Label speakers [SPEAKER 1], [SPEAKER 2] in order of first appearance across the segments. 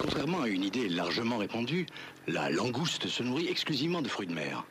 [SPEAKER 1] Contrairement à une idée largement répandue, la langouste se nourrit exclusivement de fruits de mer.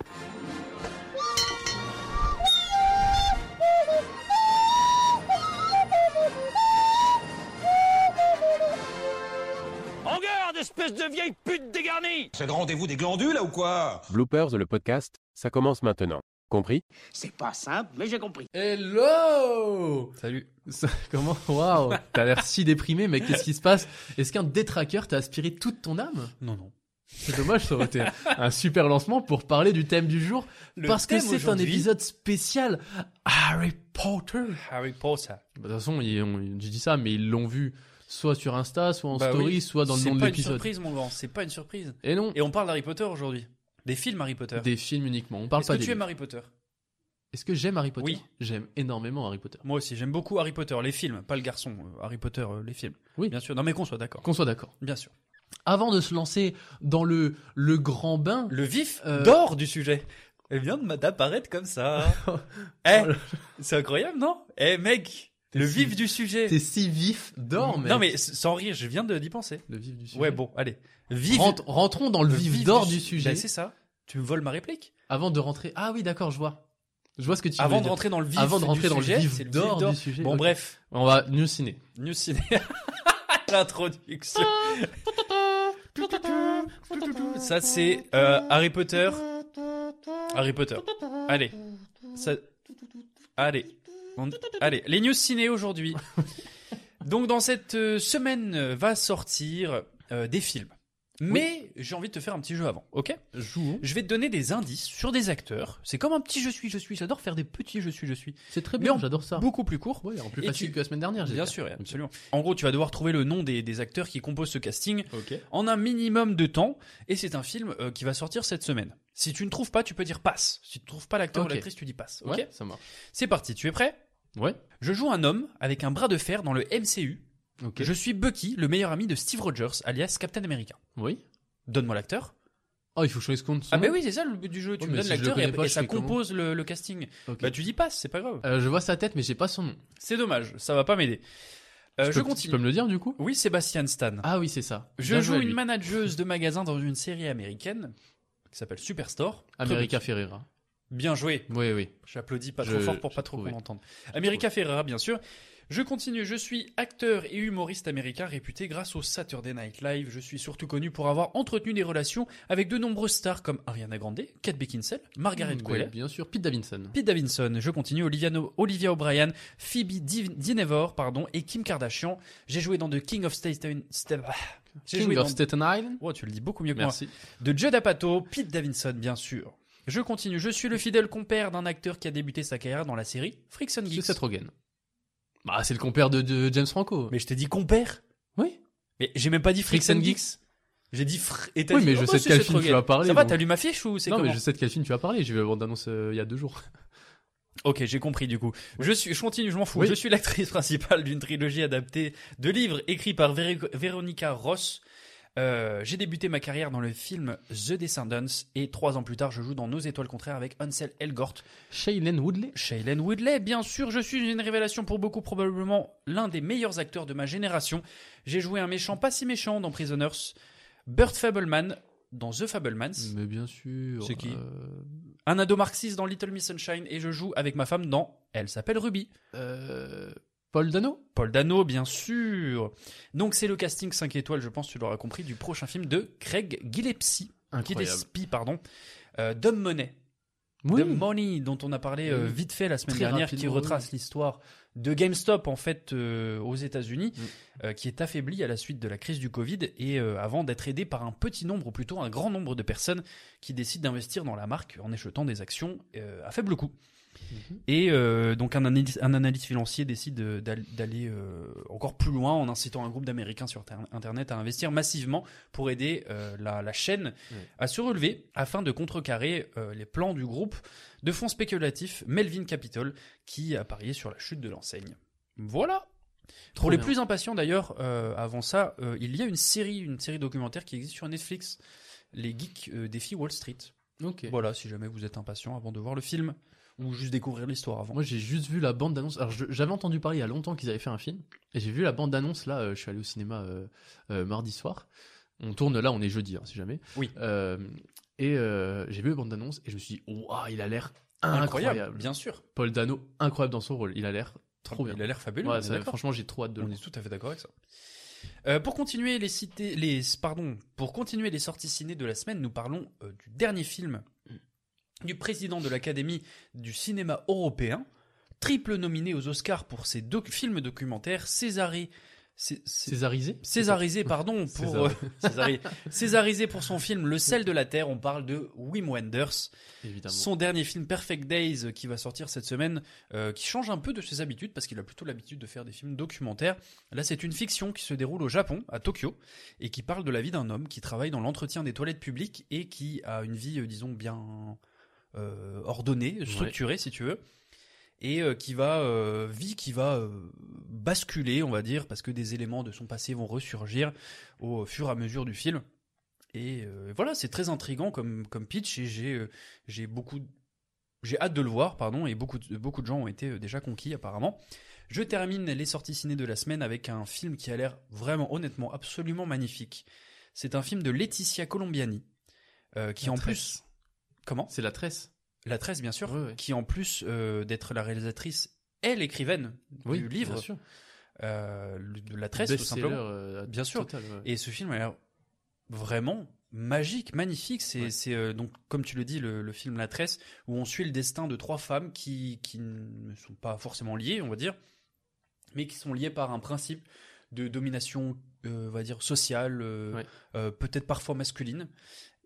[SPEAKER 2] En garde, espèce de vieille pute dégarnie
[SPEAKER 3] C'est le rendez-vous des glandules là ou quoi
[SPEAKER 4] Bloopers, le podcast, ça commence maintenant. Compris
[SPEAKER 2] C'est pas simple, mais j'ai compris.
[SPEAKER 5] Hello
[SPEAKER 6] Salut.
[SPEAKER 5] Ça- Comment Waouh T'as l'air si déprimé, mais qu'est-ce qui se passe Est-ce qu'un détraqueur t'a aspiré toute ton âme
[SPEAKER 6] Non, non.
[SPEAKER 5] C'est dommage, ça aurait été un super lancement pour parler du thème du jour,
[SPEAKER 6] Le
[SPEAKER 5] parce que
[SPEAKER 6] thème
[SPEAKER 5] c'est un
[SPEAKER 6] aujourd'hui-
[SPEAKER 5] épisode spécial Harry Potter.
[SPEAKER 6] Harry Potter.
[SPEAKER 5] Bah, De toute façon, ils ont- j'ai dit ça, mais ils l'ont vu soit sur Insta, soit en
[SPEAKER 6] Bah
[SPEAKER 5] story,
[SPEAKER 6] oui.
[SPEAKER 5] soit dans le
[SPEAKER 6] C'est
[SPEAKER 5] nom de
[SPEAKER 6] pas une
[SPEAKER 5] l'épisode.
[SPEAKER 6] surprise, mon grand. C'est pas une surprise.
[SPEAKER 5] Et non,
[SPEAKER 6] Et on parle d'Harry Potter aujourd'hui. Des films Harry Potter.
[SPEAKER 5] des films uniquement. On parle
[SPEAKER 6] Est-ce
[SPEAKER 5] pas
[SPEAKER 6] que
[SPEAKER 5] des
[SPEAKER 6] tu aimes
[SPEAKER 5] livres.
[SPEAKER 6] Harry Potter
[SPEAKER 5] Est-ce que j'aime Harry Potter
[SPEAKER 6] Oui.
[SPEAKER 5] J'aime énormément Harry Potter.
[SPEAKER 6] Moi aussi, j'aime beaucoup Harry Potter, les films, pas le garçon. euh, Harry Potter, euh, les films.
[SPEAKER 5] Oui.
[SPEAKER 6] Bien sûr. Non, mais qu'on soit d'accord.
[SPEAKER 5] Qu'on soit d'accord.
[SPEAKER 6] Bien sûr.
[SPEAKER 5] Avant de se lancer dans le le grand bain,
[SPEAKER 6] Le vif
[SPEAKER 5] Euh,
[SPEAKER 6] d'or du sujet. Elle vient de d'apparaître comme ça. eh, c'est incroyable, non Eh, mec, le
[SPEAKER 5] si-
[SPEAKER 6] vif du sujet.
[SPEAKER 5] t'es si vif, dors,
[SPEAKER 6] Non, mais s- sans rire, je viens de d'y penser.
[SPEAKER 5] Le vif du sujet.
[SPEAKER 6] Ouais, bon, allez. Vif.
[SPEAKER 5] Rentre- rentrons dans le, vif, d'or du,
[SPEAKER 6] su-
[SPEAKER 5] sujet.
[SPEAKER 6] Bah, c'est ça. Tu me voles ma réplique.
[SPEAKER 5] Avant de rentrer. Ah oui, d'accord, je vois. Je vois ce que tu
[SPEAKER 6] Avant
[SPEAKER 5] voulais
[SPEAKER 6] de
[SPEAKER 5] dire.
[SPEAKER 6] rentrer dans le vif
[SPEAKER 5] Avant de rentrer
[SPEAKER 6] du
[SPEAKER 5] dans le
[SPEAKER 6] sujet,
[SPEAKER 5] vif
[SPEAKER 6] c'est le
[SPEAKER 5] d'or
[SPEAKER 6] vif d'or
[SPEAKER 5] du sujet.
[SPEAKER 6] Bon,
[SPEAKER 5] Ok.
[SPEAKER 6] bref,
[SPEAKER 5] On va news ciné.
[SPEAKER 6] news ciné. L'introduction. ça, c'est euh, Harry Potter. Harry Potter. Allez. Ça- Allez. On- Allez, les news ciné aujourd'hui. Donc, dans cette euh, semaine euh, va sortir euh, des films. Mais j'ai envie de te faire un petit jeu avant, ok
[SPEAKER 5] Jouons.
[SPEAKER 6] Je vais te donner des indices sur des acteurs. C'est comme un petit je suis, je suis. J'adore faire des petits je suis, je suis.
[SPEAKER 5] C'est très
[SPEAKER 6] Mais
[SPEAKER 5] bien,
[SPEAKER 6] on-
[SPEAKER 5] j'adore ça.
[SPEAKER 6] Beaucoup plus court.
[SPEAKER 5] Ouais, en plus
[SPEAKER 6] Et
[SPEAKER 5] facile
[SPEAKER 6] tu-
[SPEAKER 5] que la semaine dernière,
[SPEAKER 6] Bien sûr,
[SPEAKER 5] j'espère.
[SPEAKER 6] absolument. En gros, tu vas devoir trouver le nom des, des acteurs qui composent ce casting
[SPEAKER 5] Ok.
[SPEAKER 6] en un minimum de temps. Et c'est un film euh, qui va sortir cette semaine. Si tu ne trouves pas, tu peux dire passe. Si tu ne trouves pas l'acteur
[SPEAKER 5] Ok.
[SPEAKER 6] ou l'actrice, tu dis passe. Ok
[SPEAKER 5] Ouais, ça marche.
[SPEAKER 6] C'est parti, tu es prêt
[SPEAKER 5] Ouais.
[SPEAKER 6] Je joue un homme avec un bras de fer dans le MCU.
[SPEAKER 5] Ok.
[SPEAKER 6] Je suis Bucky, le meilleur ami de Steve Rogers, alias Captain America.
[SPEAKER 5] Oui.
[SPEAKER 6] Donne-moi l'acteur.
[SPEAKER 5] Oh, il faut que je choisisse compte.
[SPEAKER 6] Ah, bah oui, c'est ça le but du jeu. Tu me
[SPEAKER 5] Ouais, mais
[SPEAKER 6] donnes
[SPEAKER 5] si je le
[SPEAKER 6] l'acteur et,
[SPEAKER 5] connais pas,
[SPEAKER 6] et
[SPEAKER 5] je
[SPEAKER 6] ça
[SPEAKER 5] fais comment
[SPEAKER 6] compose le, le casting.
[SPEAKER 5] Ok.
[SPEAKER 6] Bah, tu dis passe, c'est pas grave.
[SPEAKER 5] Euh, je vois sa tête, mais j'ai pas son nom.
[SPEAKER 6] C'est dommage, ça va pas m'aider. Euh,
[SPEAKER 5] Tu
[SPEAKER 6] je
[SPEAKER 5] peux- Tu
[SPEAKER 6] continue.
[SPEAKER 5] peux me le dire du coup
[SPEAKER 6] Oui, Sébastien Stan.
[SPEAKER 5] Ah oui, c'est ça.
[SPEAKER 6] Je
[SPEAKER 5] Bien
[SPEAKER 6] joue
[SPEAKER 5] joué,
[SPEAKER 6] une
[SPEAKER 5] lui.
[SPEAKER 6] manageuse de magasin dans une série américaine qui s'appelle Superstore. Très
[SPEAKER 5] America
[SPEAKER 6] bien.
[SPEAKER 5] Ferreira.
[SPEAKER 6] Bien joué.
[SPEAKER 5] Oui, oui.
[SPEAKER 6] J'applaudis pas
[SPEAKER 5] Je-
[SPEAKER 6] trop fort pour
[SPEAKER 5] j'ai
[SPEAKER 6] pas trop qu'on
[SPEAKER 5] trouvé.
[SPEAKER 6] m'entende. America Ferreira, bien sûr. Je continue. Je suis acteur et humoriste américain réputé grâce au Saturday Night Live. Je suis surtout connu pour avoir entretenu des relations avec de nombreuses stars comme Ariana Grande, Kate Beckinsale, Margaret
[SPEAKER 5] Hmm, Oui,
[SPEAKER 6] Qualley,
[SPEAKER 5] Bien sûr, Pete Davidson.
[SPEAKER 6] Pete Davidson, je continue, Olivia, No- Olivia O'Brien, Phoebe Div- Dinevor, pardon, et Kim Kardashian. J'ai joué dans The King of Staten... Sta- J'ai
[SPEAKER 5] King
[SPEAKER 6] joué
[SPEAKER 5] of
[SPEAKER 6] dans-
[SPEAKER 5] Staten Island.
[SPEAKER 6] Oh, tu le dis beaucoup mieux que moi.
[SPEAKER 5] Merci.
[SPEAKER 6] De Judd Apatow, Pete Davidson, bien sûr. Je continue, je suis le fidèle compère d'un acteur qui a débuté sa carrière dans la série Friction Geeks.
[SPEAKER 5] C'est Rogen. Bah, c'est le compère de, de James Franco.
[SPEAKER 6] Mais je t'ai dit compère
[SPEAKER 5] Oui.
[SPEAKER 6] Mais j'ai même pas dit
[SPEAKER 5] Freaks and
[SPEAKER 6] Friction Geeks. J'ai dit fr... et t'as
[SPEAKER 5] Oui,
[SPEAKER 6] dit,
[SPEAKER 5] mais
[SPEAKER 6] oh,
[SPEAKER 5] je
[SPEAKER 6] bah,
[SPEAKER 5] sais de
[SPEAKER 6] c'est
[SPEAKER 5] quel
[SPEAKER 6] Seth
[SPEAKER 5] film tu
[SPEAKER 6] Rogen.
[SPEAKER 5] vas parler,
[SPEAKER 6] Ça va,
[SPEAKER 5] donc.
[SPEAKER 6] t'as lu ma fiche ou c'est
[SPEAKER 5] Non,
[SPEAKER 6] comment
[SPEAKER 5] mais je sais de quel film tu vas parler. J'ai vu la bande-annonce euh, il y a deux jours.
[SPEAKER 6] Ok, j'ai compris du coup. Je suis, je continue, je m'en fous.
[SPEAKER 5] Oui.
[SPEAKER 6] Je suis l'actrice principale d'une trilogie adaptée de livres écrits par Véro- Veronica Ross. Euh, j'ai débuté ma carrière dans le film The Descendants et trois ans plus tard, je joue dans Nos Étoiles Contraires avec Ansel Elgort.
[SPEAKER 5] Shailen Woodley
[SPEAKER 6] Shailen Woodley, bien sûr, je suis une révélation pour beaucoup, probablement l'un des meilleurs acteurs de ma génération. J'ai joué un méchant pas si méchant dans Prisoners, Burt Fableman dans The Fablemans,
[SPEAKER 5] Mais bien sûr.
[SPEAKER 6] C'est qui
[SPEAKER 5] euh,
[SPEAKER 6] un ado marxiste dans Little Miss Sunshine et je joue avec ma femme dans Elle s'appelle Ruby.
[SPEAKER 5] euh, Paul Dano
[SPEAKER 6] Paul Dano, bien sûr. Donc c'est le casting 5 étoiles, je pense que tu l'auras compris, du prochain film de Craig Gillespie.
[SPEAKER 5] Incroyable.
[SPEAKER 6] Gillespie, pardon. Euh, Dumb Money.
[SPEAKER 5] Oui.
[SPEAKER 6] Dumb Money, dont on a parlé euh,
[SPEAKER 5] Oui.
[SPEAKER 6] vite fait la semaine
[SPEAKER 5] Très
[SPEAKER 6] dernière, qui
[SPEAKER 5] rapidement,
[SPEAKER 6] retrace
[SPEAKER 5] oui.
[SPEAKER 6] l'histoire de GameStop, en fait, euh, aux États-Unis,
[SPEAKER 5] Oui.
[SPEAKER 6] euh, qui est affaibli à la suite de la crise du Covid et euh, avant d'être aidé par un petit nombre, ou plutôt un grand nombre de personnes qui décident d'investir dans la marque en échetant des actions euh, à faible coût.
[SPEAKER 5] Mhm.
[SPEAKER 6] Et euh, donc un analyste, un analyste financier décide euh, d'al- d'aller euh, encore plus loin en incitant un groupe d'Américains sur ter- Internet à investir massivement pour aider euh, la, la chaîne
[SPEAKER 5] Ouais.
[SPEAKER 6] à se relever afin de contrecarrer euh, les plans du groupe de fonds spéculatifs Melvin Capital qui a parié sur la chute de l'enseigne. Voilà
[SPEAKER 5] Trop
[SPEAKER 6] pour les
[SPEAKER 5] bien.
[SPEAKER 6] plus impatients d'ailleurs, euh, avant ça, euh, il y a une série, une série documentaire qui existe sur Netflix, Les Geeks euh, défient Wall Street.
[SPEAKER 5] Ok.
[SPEAKER 6] Voilà, si jamais vous êtes impatient avant de voir le film ou juste découvrir l'histoire avant.
[SPEAKER 5] Moi, j'ai juste vu la bande d'annonce. Alors, je- j'avais entendu parler il y a longtemps qu'ils avaient fait un film. Et j'ai vu la bande d'annonce là. euh, je suis allé au cinéma euh, euh, mardi soir. On tourne là, on est jeudi, hein, si jamais.
[SPEAKER 6] Oui.
[SPEAKER 5] Euh, et euh, j'ai vu la bande d'annonce et je me suis dit, waouh, il a l'air
[SPEAKER 6] incroyable,
[SPEAKER 5] incroyable.
[SPEAKER 6] bien sûr.
[SPEAKER 5] Paul Dano, incroyable dans son rôle. Il a l'air trop bien.
[SPEAKER 6] Il a l'air fabuleux.
[SPEAKER 5] Ouais,
[SPEAKER 6] on est
[SPEAKER 5] ça-
[SPEAKER 6] d'accord.
[SPEAKER 5] franchement, j'ai trop hâte de le
[SPEAKER 6] On est
[SPEAKER 5] voir.
[SPEAKER 6] tout à fait d'accord avec ça. Euh, pour continuer les cités, les pardon, pour continuer les sorties ciné de la semaine, nous parlons euh, du dernier film
[SPEAKER 5] Mm.
[SPEAKER 6] du président de l'Académie du cinéma européen, triple nominé aux Oscars pour ses doc- films documentaires Césaré, Cé- Cé-
[SPEAKER 5] Césarisé
[SPEAKER 6] Césarisé, pardon, pour
[SPEAKER 5] César.
[SPEAKER 6] euh, Césari- Césarisé pour son film Le sel de la terre. On parle de Wim Wenders.
[SPEAKER 5] Évidemment.
[SPEAKER 6] Son dernier film Perfect Days euh, qui va sortir cette semaine, euh, qui change un peu de ses habitudes parce qu'il a plutôt l'habitude de faire des films documentaires. Là, c'est une fiction qui se déroule au Japon, à Tokyo, et qui parle de la vie d'un homme qui travaille dans l'entretien des toilettes publiques et qui a une vie, euh, disons, bien euh, ordonnée, structurée, si tu veux, et euh, qui va euh, vie qui va euh, basculer, on va dire, parce que des éléments de son passé vont ressurgir au fur et à mesure du film. Et euh, voilà, c'est très intrigant comme, comme pitch et j'ai euh, j'ai beaucoup j'ai hâte de le voir, pardon, et beaucoup de, beaucoup de gens ont été euh, déjà conquis apparemment. Je termine les sorties ciné de la semaine avec un film qui a l'air vraiment, honnêtement, absolument magnifique. C'est un film de Laetitia Colombiani, euh, qui
[SPEAKER 5] La
[SPEAKER 6] en plus...
[SPEAKER 5] Tresse.
[SPEAKER 6] Comment
[SPEAKER 5] C'est la tresse.
[SPEAKER 6] La Tresse, bien sûr,
[SPEAKER 5] Ouais, ouais.
[SPEAKER 6] qui en plus euh, d'être la réalisatrice, est l'écrivaine
[SPEAKER 5] Oui,
[SPEAKER 6] du
[SPEAKER 5] bien
[SPEAKER 6] livre,
[SPEAKER 5] sûr.
[SPEAKER 6] euh, de La Tresse, tout
[SPEAKER 5] Best-seller,
[SPEAKER 6] simplement.
[SPEAKER 5] euh,
[SPEAKER 6] Bien sûr.
[SPEAKER 5] total, ouais.
[SPEAKER 6] Et ce film a l'air vraiment magique, magnifique. C'est
[SPEAKER 5] Ouais.
[SPEAKER 6] c'est, euh, donc, comme tu le dis, le, le film La Tresse, où on suit le destin de trois femmes qui, qui ne sont pas forcément liées, on va dire, mais qui sont liées par un principe de domination, euh, on va dire, sociale, euh,
[SPEAKER 5] Ouais.
[SPEAKER 6] euh, peut-être parfois masculine.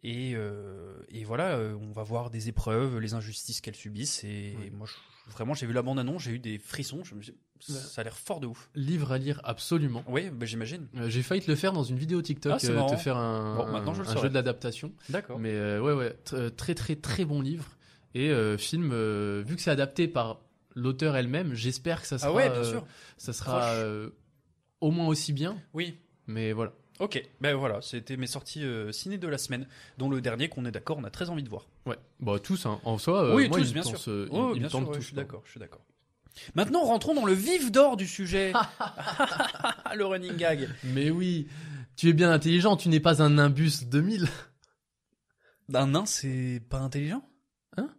[SPEAKER 6] Et, euh, et voilà, euh, on va voir des épreuves, les injustices qu'elles subissent. Et,
[SPEAKER 5] Ouais.
[SPEAKER 6] et moi, je- vraiment, j'ai vu la bande-annonce, j'ai eu des frissons. Je me suis dit,
[SPEAKER 5] Ouais.
[SPEAKER 6] ça a l'air fort de ouf.
[SPEAKER 5] Livre à lire absolument.
[SPEAKER 6] Oui, bah, j'imagine.
[SPEAKER 5] Euh, J'ai failli te le faire dans une vidéo TikTok,
[SPEAKER 6] Ah, c'est
[SPEAKER 5] euh,
[SPEAKER 6] marrant.
[SPEAKER 5] te faire un,
[SPEAKER 6] Bon, maintenant, je le
[SPEAKER 5] un
[SPEAKER 6] saurai.
[SPEAKER 5] jeu de l'adaptation.
[SPEAKER 6] D'accord.
[SPEAKER 5] Mais euh, ouais, ouais, tr- très très très bon livre et euh, film. euh, vu que c'est adapté par l'auteur elle-même, j'espère que ça sera,
[SPEAKER 6] Ah ouais, bien
[SPEAKER 5] euh,
[SPEAKER 6] sûr.
[SPEAKER 5] ça sera
[SPEAKER 6] Proche.
[SPEAKER 5] euh, au moins aussi bien.
[SPEAKER 6] Oui,
[SPEAKER 5] Mais voilà.
[SPEAKER 6] Ok, ben voilà, c'était mes sorties euh, ciné de la semaine, dont le dernier qu'on est d'accord, on a très envie de voir.
[SPEAKER 5] Ouais. Bah tous hein. en soi. euh,
[SPEAKER 6] oui,
[SPEAKER 5] moi,
[SPEAKER 6] tous,
[SPEAKER 5] il me
[SPEAKER 6] bien
[SPEAKER 5] tente,
[SPEAKER 6] sûr.
[SPEAKER 5] euh, il-
[SPEAKER 6] Oh,
[SPEAKER 5] il me
[SPEAKER 6] bien sûr,
[SPEAKER 5] tente
[SPEAKER 6] ouais,
[SPEAKER 5] tous,
[SPEAKER 6] je suis
[SPEAKER 5] quoi.
[SPEAKER 6] d'accord, je suis d'accord. Maintenant, rentrons dans le vif d'or du sujet. le running gag.
[SPEAKER 5] Mais oui, tu es bien intelligent. Tu n'es pas un Nimbus 2000.
[SPEAKER 6] Un Ben, nain, c'est pas intelligent
[SPEAKER 5] Hein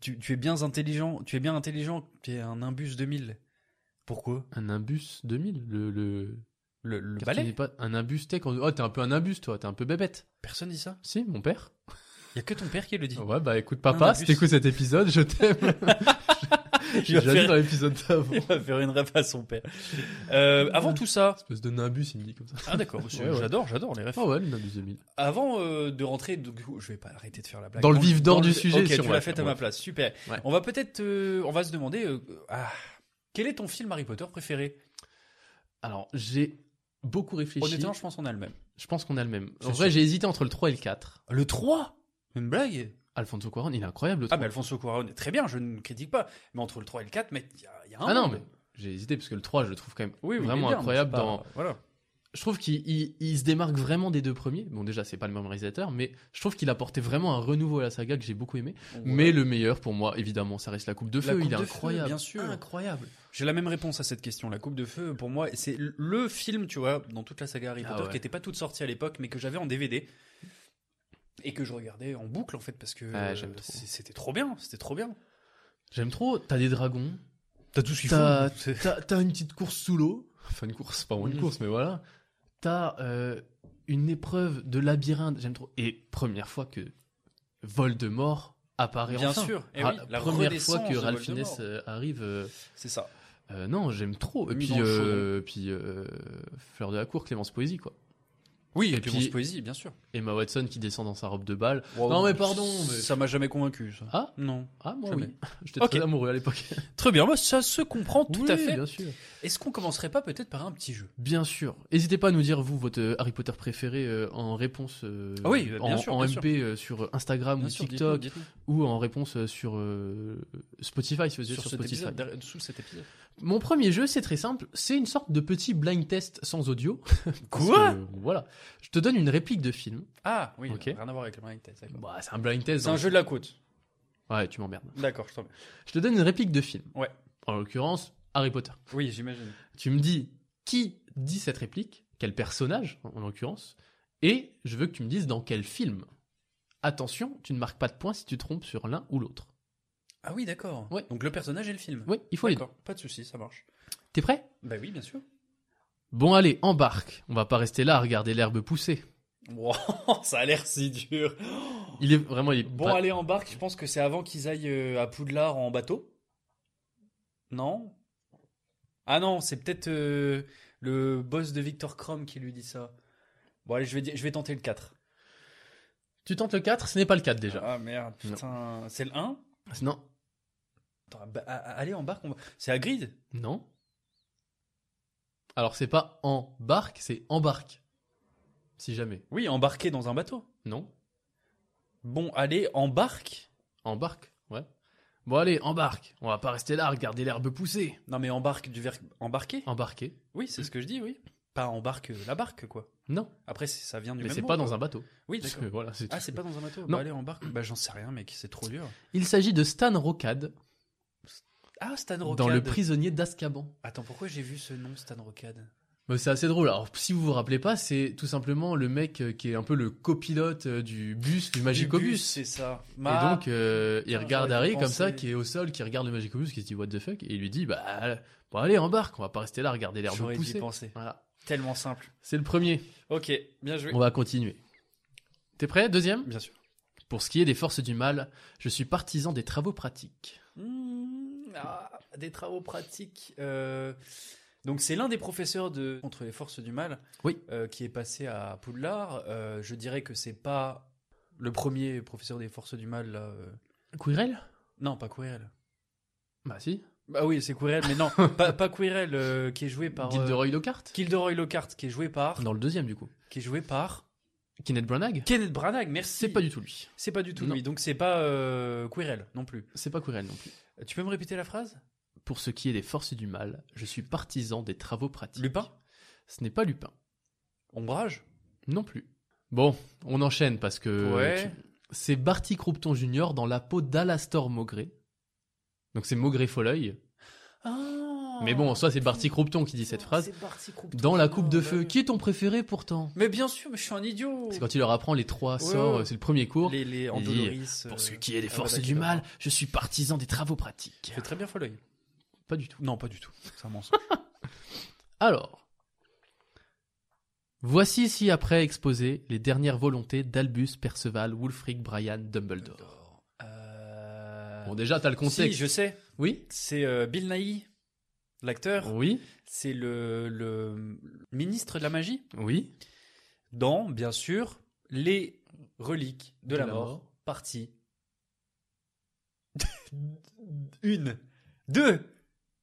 [SPEAKER 6] tu, tu es bien intelligent, tu es bien intelligent, tu es un imbus 2000. Pourquoi
[SPEAKER 5] Un Nimbus 2000, le le.
[SPEAKER 6] Le, le
[SPEAKER 5] Car tu n'es
[SPEAKER 6] balai
[SPEAKER 5] pas un Nimbus tech. Oh, t'es un peu un Nimbus, toi. T'es un peu bébête.
[SPEAKER 6] Personne dit ça.
[SPEAKER 5] Si, mon père.
[SPEAKER 6] Il y a que ton père qui le dit.
[SPEAKER 5] Ouais, bah écoute,
[SPEAKER 6] Non,
[SPEAKER 5] papa,
[SPEAKER 6] mais
[SPEAKER 5] si
[SPEAKER 6] plus-
[SPEAKER 5] t'écoutes cet épisode, je t'aime.
[SPEAKER 6] Il
[SPEAKER 5] J'ai
[SPEAKER 6] va
[SPEAKER 5] déjà dit
[SPEAKER 6] faire-
[SPEAKER 5] dans l'épisode d'avant.
[SPEAKER 6] Il va faire une rêve à son père. Euh, avant tout ça.
[SPEAKER 5] Espèce de nimbus, il me dit comme ça.
[SPEAKER 6] Ah d'accord,
[SPEAKER 5] Ouais, ouais.
[SPEAKER 6] j'adore, j'adore les refs.
[SPEAKER 5] Ah ouais, le nimbus 2000.
[SPEAKER 6] Avant euh, de rentrer, donc, je vais pas arrêter de faire la blague.
[SPEAKER 5] Dans le vif d'or
[SPEAKER 6] dans
[SPEAKER 5] du
[SPEAKER 6] le-
[SPEAKER 5] sujet,
[SPEAKER 6] Ok,
[SPEAKER 5] si on
[SPEAKER 6] tu
[SPEAKER 5] va
[SPEAKER 6] l'as
[SPEAKER 5] le
[SPEAKER 6] fait
[SPEAKER 5] faire,
[SPEAKER 6] à ma
[SPEAKER 5] ouais.
[SPEAKER 6] place. Super.
[SPEAKER 5] Ouais.
[SPEAKER 6] On va peut-être, euh, on va se demander, euh, ah, quel est ton film Harry Potter préféré
[SPEAKER 5] Alors, j'ai beaucoup réfléchi.
[SPEAKER 6] Honnêtement, je pense qu'on a le même.
[SPEAKER 5] je pense qu'on a le même. En
[SPEAKER 6] C'est
[SPEAKER 5] vrai,
[SPEAKER 6] sûr.
[SPEAKER 5] j'ai hésité entre le 3 et le 4.
[SPEAKER 6] Le 3 Une blague
[SPEAKER 5] Alfonso Cuaron, il est incroyable le
[SPEAKER 6] Ah,
[SPEAKER 5] 3.
[SPEAKER 6] mais Alfonso Cuarón est très bien, je ne critique pas. Mais entre le 3 et le 4, mec, il y, a- il y a un.
[SPEAKER 5] Ah non, mais j'ai hésité parce que le 3, je le trouve quand même
[SPEAKER 6] Oui, oui, il est
[SPEAKER 5] vraiment
[SPEAKER 6] bien, mais
[SPEAKER 5] incroyable
[SPEAKER 6] c'est pas-
[SPEAKER 5] dans.
[SPEAKER 6] Voilà.
[SPEAKER 5] Je trouve qu'il il- il se démarque vraiment des deux premiers. Bon, déjà, c'est pas le même réalisateur, mais je trouve qu'il apportait vraiment un renouveau à la saga que j'ai beaucoup aimé. Mais le meilleur pour moi, évidemment, ça reste la Coupe de
[SPEAKER 6] La
[SPEAKER 5] Feu.
[SPEAKER 6] Coupe
[SPEAKER 5] il est
[SPEAKER 6] de Feu,
[SPEAKER 5] incroyable.
[SPEAKER 6] bien sûr.
[SPEAKER 5] Incroyable.
[SPEAKER 6] J'ai la même réponse à cette question. La Coupe de Feu, pour moi, c'est le film, tu vois, dans toute la saga Harry
[SPEAKER 5] Ah
[SPEAKER 6] Potter,
[SPEAKER 5] ouais.
[SPEAKER 6] qui n'était pas toute sortie à l'époque, mais que j'avais en DVD. Et que je regardais en boucle, en fait, parce que
[SPEAKER 5] Ah, j'aime
[SPEAKER 6] euh,
[SPEAKER 5] trop.
[SPEAKER 6] c'est- c'était trop bien. C'était trop bien.
[SPEAKER 5] J'aime trop. T'as des dragons.
[SPEAKER 6] T'as tout ce qu'il
[SPEAKER 5] T'as
[SPEAKER 6] faut.
[SPEAKER 5] t'as- t'as une petite course sous l'eau. Enfin, une course, pas vraiment une
[SPEAKER 6] Mhm.
[SPEAKER 5] course, mais voilà. T'as euh, une épreuve de labyrinthe. J'aime trop. Et première fois que Voldemort apparaît
[SPEAKER 6] Bien
[SPEAKER 5] enfin.
[SPEAKER 6] sûr. Eh
[SPEAKER 5] Ra-
[SPEAKER 6] oui, la
[SPEAKER 5] première fois
[SPEAKER 6] renaissance
[SPEAKER 5] que
[SPEAKER 6] de
[SPEAKER 5] Ralph Fiennes
[SPEAKER 6] Voldemort.
[SPEAKER 5] euh, arrive. euh,
[SPEAKER 6] C'est ça.
[SPEAKER 5] Euh, non, j'aime trop. Et
[SPEAKER 6] Mis
[SPEAKER 5] puis,
[SPEAKER 6] dans le
[SPEAKER 5] euh, puis euh, Fleur de la Cour, Clémence Poésie, quoi.
[SPEAKER 6] Oui, et
[SPEAKER 5] et
[SPEAKER 6] puis
[SPEAKER 5] puis-
[SPEAKER 6] Poésie, bien sûr.
[SPEAKER 5] Emma Watson qui descend dans sa robe de bal.
[SPEAKER 6] Wow.
[SPEAKER 5] Non, mais pardon. mais-
[SPEAKER 6] Ça m'a jamais convaincu, ça.
[SPEAKER 5] Ah,
[SPEAKER 6] Non.
[SPEAKER 5] ah, moi,
[SPEAKER 6] Jamais.
[SPEAKER 5] oui. J'étais
[SPEAKER 6] Ok.
[SPEAKER 5] très amoureux à l'époque.
[SPEAKER 6] Très bien, bah, ça se comprend tout
[SPEAKER 5] Oui,
[SPEAKER 6] à fait.
[SPEAKER 5] Bien sûr.
[SPEAKER 6] Est-ce qu'on commencerait pas peut-être par un petit jeu
[SPEAKER 5] Bien sûr. N'hésitez pas à nous dire, vous, votre euh, Harry Potter préféré euh, en réponse euh,
[SPEAKER 6] Ah oui, bien
[SPEAKER 5] en,
[SPEAKER 6] sûr,
[SPEAKER 5] en
[SPEAKER 6] bien
[SPEAKER 5] MP euh, sur Instagram ou TikTok ou en réponse euh, sur euh, Spotify, si vous êtes sur,
[SPEAKER 6] sur, cet
[SPEAKER 5] Spotify.
[SPEAKER 6] épisode, derrière- sous cet épisode.
[SPEAKER 5] Mon premier jeu, c'est très simple. C'est une sorte de petit blind test sans audio. Parce que, Voilà. Je te donne une réplique de film.
[SPEAKER 6] Ah oui,
[SPEAKER 5] Ok.
[SPEAKER 6] rien à voir avec le blind test. d'accord.
[SPEAKER 5] Bah, c'est un blind test.
[SPEAKER 6] C'est un
[SPEAKER 5] hein.
[SPEAKER 6] jeu de la côte.
[SPEAKER 5] Ouais, tu m'emmerdes.
[SPEAKER 6] D'accord, je t'en
[SPEAKER 5] Je te donne une réplique de film.
[SPEAKER 6] Ouais.
[SPEAKER 5] En l'occurrence, Harry Potter.
[SPEAKER 6] Oui, j'imagine.
[SPEAKER 5] Tu me dis qui dit cette réplique, quel personnage, en en l'occurrence, et je veux que tu me dises dans quel film. Attention, tu ne marques pas de points si tu te trompes sur l'un ou l'autre.
[SPEAKER 6] Ah oui, d'accord.
[SPEAKER 5] Ouais.
[SPEAKER 6] Donc le personnage et le film.
[SPEAKER 5] Oui, il faut les deux.
[SPEAKER 6] D'accord, pas de souci, ça marche.
[SPEAKER 5] T'es prêt
[SPEAKER 6] Bah oui, bien sûr.
[SPEAKER 5] Bon, allez, embarque. On va pas rester là à regarder l'herbe pousser.
[SPEAKER 6] Wow, ça a l'air si dur.
[SPEAKER 5] Il est vraiment. Il est
[SPEAKER 6] Bon,
[SPEAKER 5] pas-
[SPEAKER 6] allez, embarque. Je pense que c'est avant qu'ils aillent euh, à Poudlard en bateau. Non Ah non, c'est peut-être euh, le boss de Victor Crumb qui lui dit ça. Bon, allez, je vais, dire- je vais tenter le 4.
[SPEAKER 5] Tu tentes le 4, ce n'est pas le 4 déjà.
[SPEAKER 6] Ah merde, putain. C'est le 1
[SPEAKER 5] Non.
[SPEAKER 6] Attends, bah, a- a- allez, embarque. on va- C'est Hagrid
[SPEAKER 5] Non. Alors, c'est pas embarque, c'est embarque. Si jamais.
[SPEAKER 6] Oui, embarqué dans un bateau.
[SPEAKER 5] Non.
[SPEAKER 6] Bon, allez, embarque.
[SPEAKER 5] Embarque, ouais. Bon, allez, embarque. On va pas rester là à regarder l'herbe pousser.
[SPEAKER 6] Non, mais embarque du verbe embarquer.
[SPEAKER 5] Embarquer
[SPEAKER 6] Oui, c'est ce que je dis, oui. Pas embarque euh, la barque, quoi.
[SPEAKER 5] Non.
[SPEAKER 6] Après, c'est- ça vient du
[SPEAKER 5] Mais
[SPEAKER 6] même
[SPEAKER 5] c'est
[SPEAKER 6] mot,
[SPEAKER 5] pas
[SPEAKER 6] quoi.
[SPEAKER 5] dans un bateau.
[SPEAKER 6] Oui,
[SPEAKER 5] Parce
[SPEAKER 6] d'accord.
[SPEAKER 5] que voilà, c'est
[SPEAKER 6] Ah,
[SPEAKER 5] tout.
[SPEAKER 6] c'est pas dans un bateau
[SPEAKER 5] Non.
[SPEAKER 6] Bah allez, embarque. Bah j'en sais rien, mec, c'est trop dur.
[SPEAKER 5] Il s'agit de Stan Rocade
[SPEAKER 6] Ah, Stan Rocade.
[SPEAKER 5] dans Le Prisonnier d'Azkaban.
[SPEAKER 6] Attends, pourquoi j'ai vu ce nom, Stan Rocade
[SPEAKER 5] Mais C'est assez drôle. Alors, si vous vous rappelez pas, c'est tout simplement le mec euh, qui est un peu le copilote euh, du bus, du
[SPEAKER 6] Du bus,
[SPEAKER 5] Magicobus.
[SPEAKER 6] C'est ça.
[SPEAKER 5] Et
[SPEAKER 6] Ma-
[SPEAKER 5] donc, euh, il
[SPEAKER 6] Putain,
[SPEAKER 5] regarde
[SPEAKER 6] j'aurais dû
[SPEAKER 5] Harry comme ça,
[SPEAKER 6] penser.
[SPEAKER 5] qui est au sol, qui regarde le Magicobus, qui se dit what the fuck, et il lui dit bah, bon, allez, embarque, on va pas rester là à regarder l'herbe
[SPEAKER 6] J'aurais dû y
[SPEAKER 5] pousser.
[SPEAKER 6] penser.
[SPEAKER 5] Voilà.
[SPEAKER 6] Tellement simple.
[SPEAKER 5] C'est le premier.
[SPEAKER 6] Ok, bien joué.
[SPEAKER 5] On va continuer. T'es prêt Deuxième
[SPEAKER 6] Bien sûr.
[SPEAKER 5] Pour ce qui est des forces du mal, je suis partisan des travaux pratiques.
[SPEAKER 6] Mmh, ah, des travaux pratiques. euh, Donc c'est l'un des professeurs de contre les forces du mal
[SPEAKER 5] Oui.
[SPEAKER 6] euh, qui est passé à Poudlard. Euh, je dirais que c'est pas le premier professeur des forces du mal. là, euh.
[SPEAKER 5] Quirrell
[SPEAKER 6] Non, pas Quirrell.
[SPEAKER 5] Bah si.
[SPEAKER 6] Bah oui, c'est Quirrell, mais non, pas, pas Quirrell euh, qui est joué par euh,
[SPEAKER 5] Gilderoy Lockhart
[SPEAKER 6] Gilderoy Lockhart qui est joué par
[SPEAKER 5] Dans le deuxième, du coup.
[SPEAKER 6] qui est joué par
[SPEAKER 5] Kenneth Branagh
[SPEAKER 6] Kenneth Branagh. Merci.
[SPEAKER 5] C'est pas du tout lui.
[SPEAKER 6] c'est pas du tout
[SPEAKER 5] Non.
[SPEAKER 6] lui. Donc c'est pas euh, Quirrell non plus. Euh,
[SPEAKER 5] C'est pas Quirrell non plus.
[SPEAKER 6] Tu peux me répéter la phrase
[SPEAKER 5] Pour ce qui est des forces du mal, je suis partisan des travaux pratiques.
[SPEAKER 6] Lupin
[SPEAKER 5] Ce n'est pas Lupin.
[SPEAKER 6] Ombrage.
[SPEAKER 5] Non plus. Bon, on enchaîne parce que...
[SPEAKER 6] Ouais.
[SPEAKER 5] tu- C'est Barty Croupton Jr. dans la peau d'Alastor Maugré. Donc c'est Maugré Folleuil.
[SPEAKER 6] Ah. Oh,
[SPEAKER 5] Mais bon, en soi, c'est Barty Croupton qui dit cette phrase. Dans la coupe de feu, qui est ton préféré pourtant
[SPEAKER 6] Mais bien sûr, mais je suis un idiot.
[SPEAKER 5] C'est quand il leur apprend les 300,
[SPEAKER 6] Ouais, ouais.
[SPEAKER 5] euh, c'est le premier cours.
[SPEAKER 6] les les
[SPEAKER 5] dit,
[SPEAKER 6] Andoloris, euh,
[SPEAKER 5] Pour ce qui est des
[SPEAKER 6] ah,
[SPEAKER 5] forces
[SPEAKER 6] bah,
[SPEAKER 5] du
[SPEAKER 6] d'accord.
[SPEAKER 5] mal, je suis partisan des travaux pratiques.
[SPEAKER 6] C'est très bien Folloy.
[SPEAKER 5] Pas du tout.
[SPEAKER 6] Non, pas du tout. C'est un mensonge.
[SPEAKER 5] Alors, voici ici après exposé les dernières volontés d'Albus, Perceval, Wulfric, Brian, Dumbledore.
[SPEAKER 6] Euh,
[SPEAKER 5] Bon, déjà, t'as le contexte.
[SPEAKER 6] si, je sais.
[SPEAKER 5] Oui
[SPEAKER 6] C'est euh, Bill Nighy, l'acteur.
[SPEAKER 5] Oui
[SPEAKER 6] C'est le, le ministre de la magie.
[SPEAKER 5] Oui
[SPEAKER 6] Dans, bien sûr, les reliques de, la, mort, partie une, deux.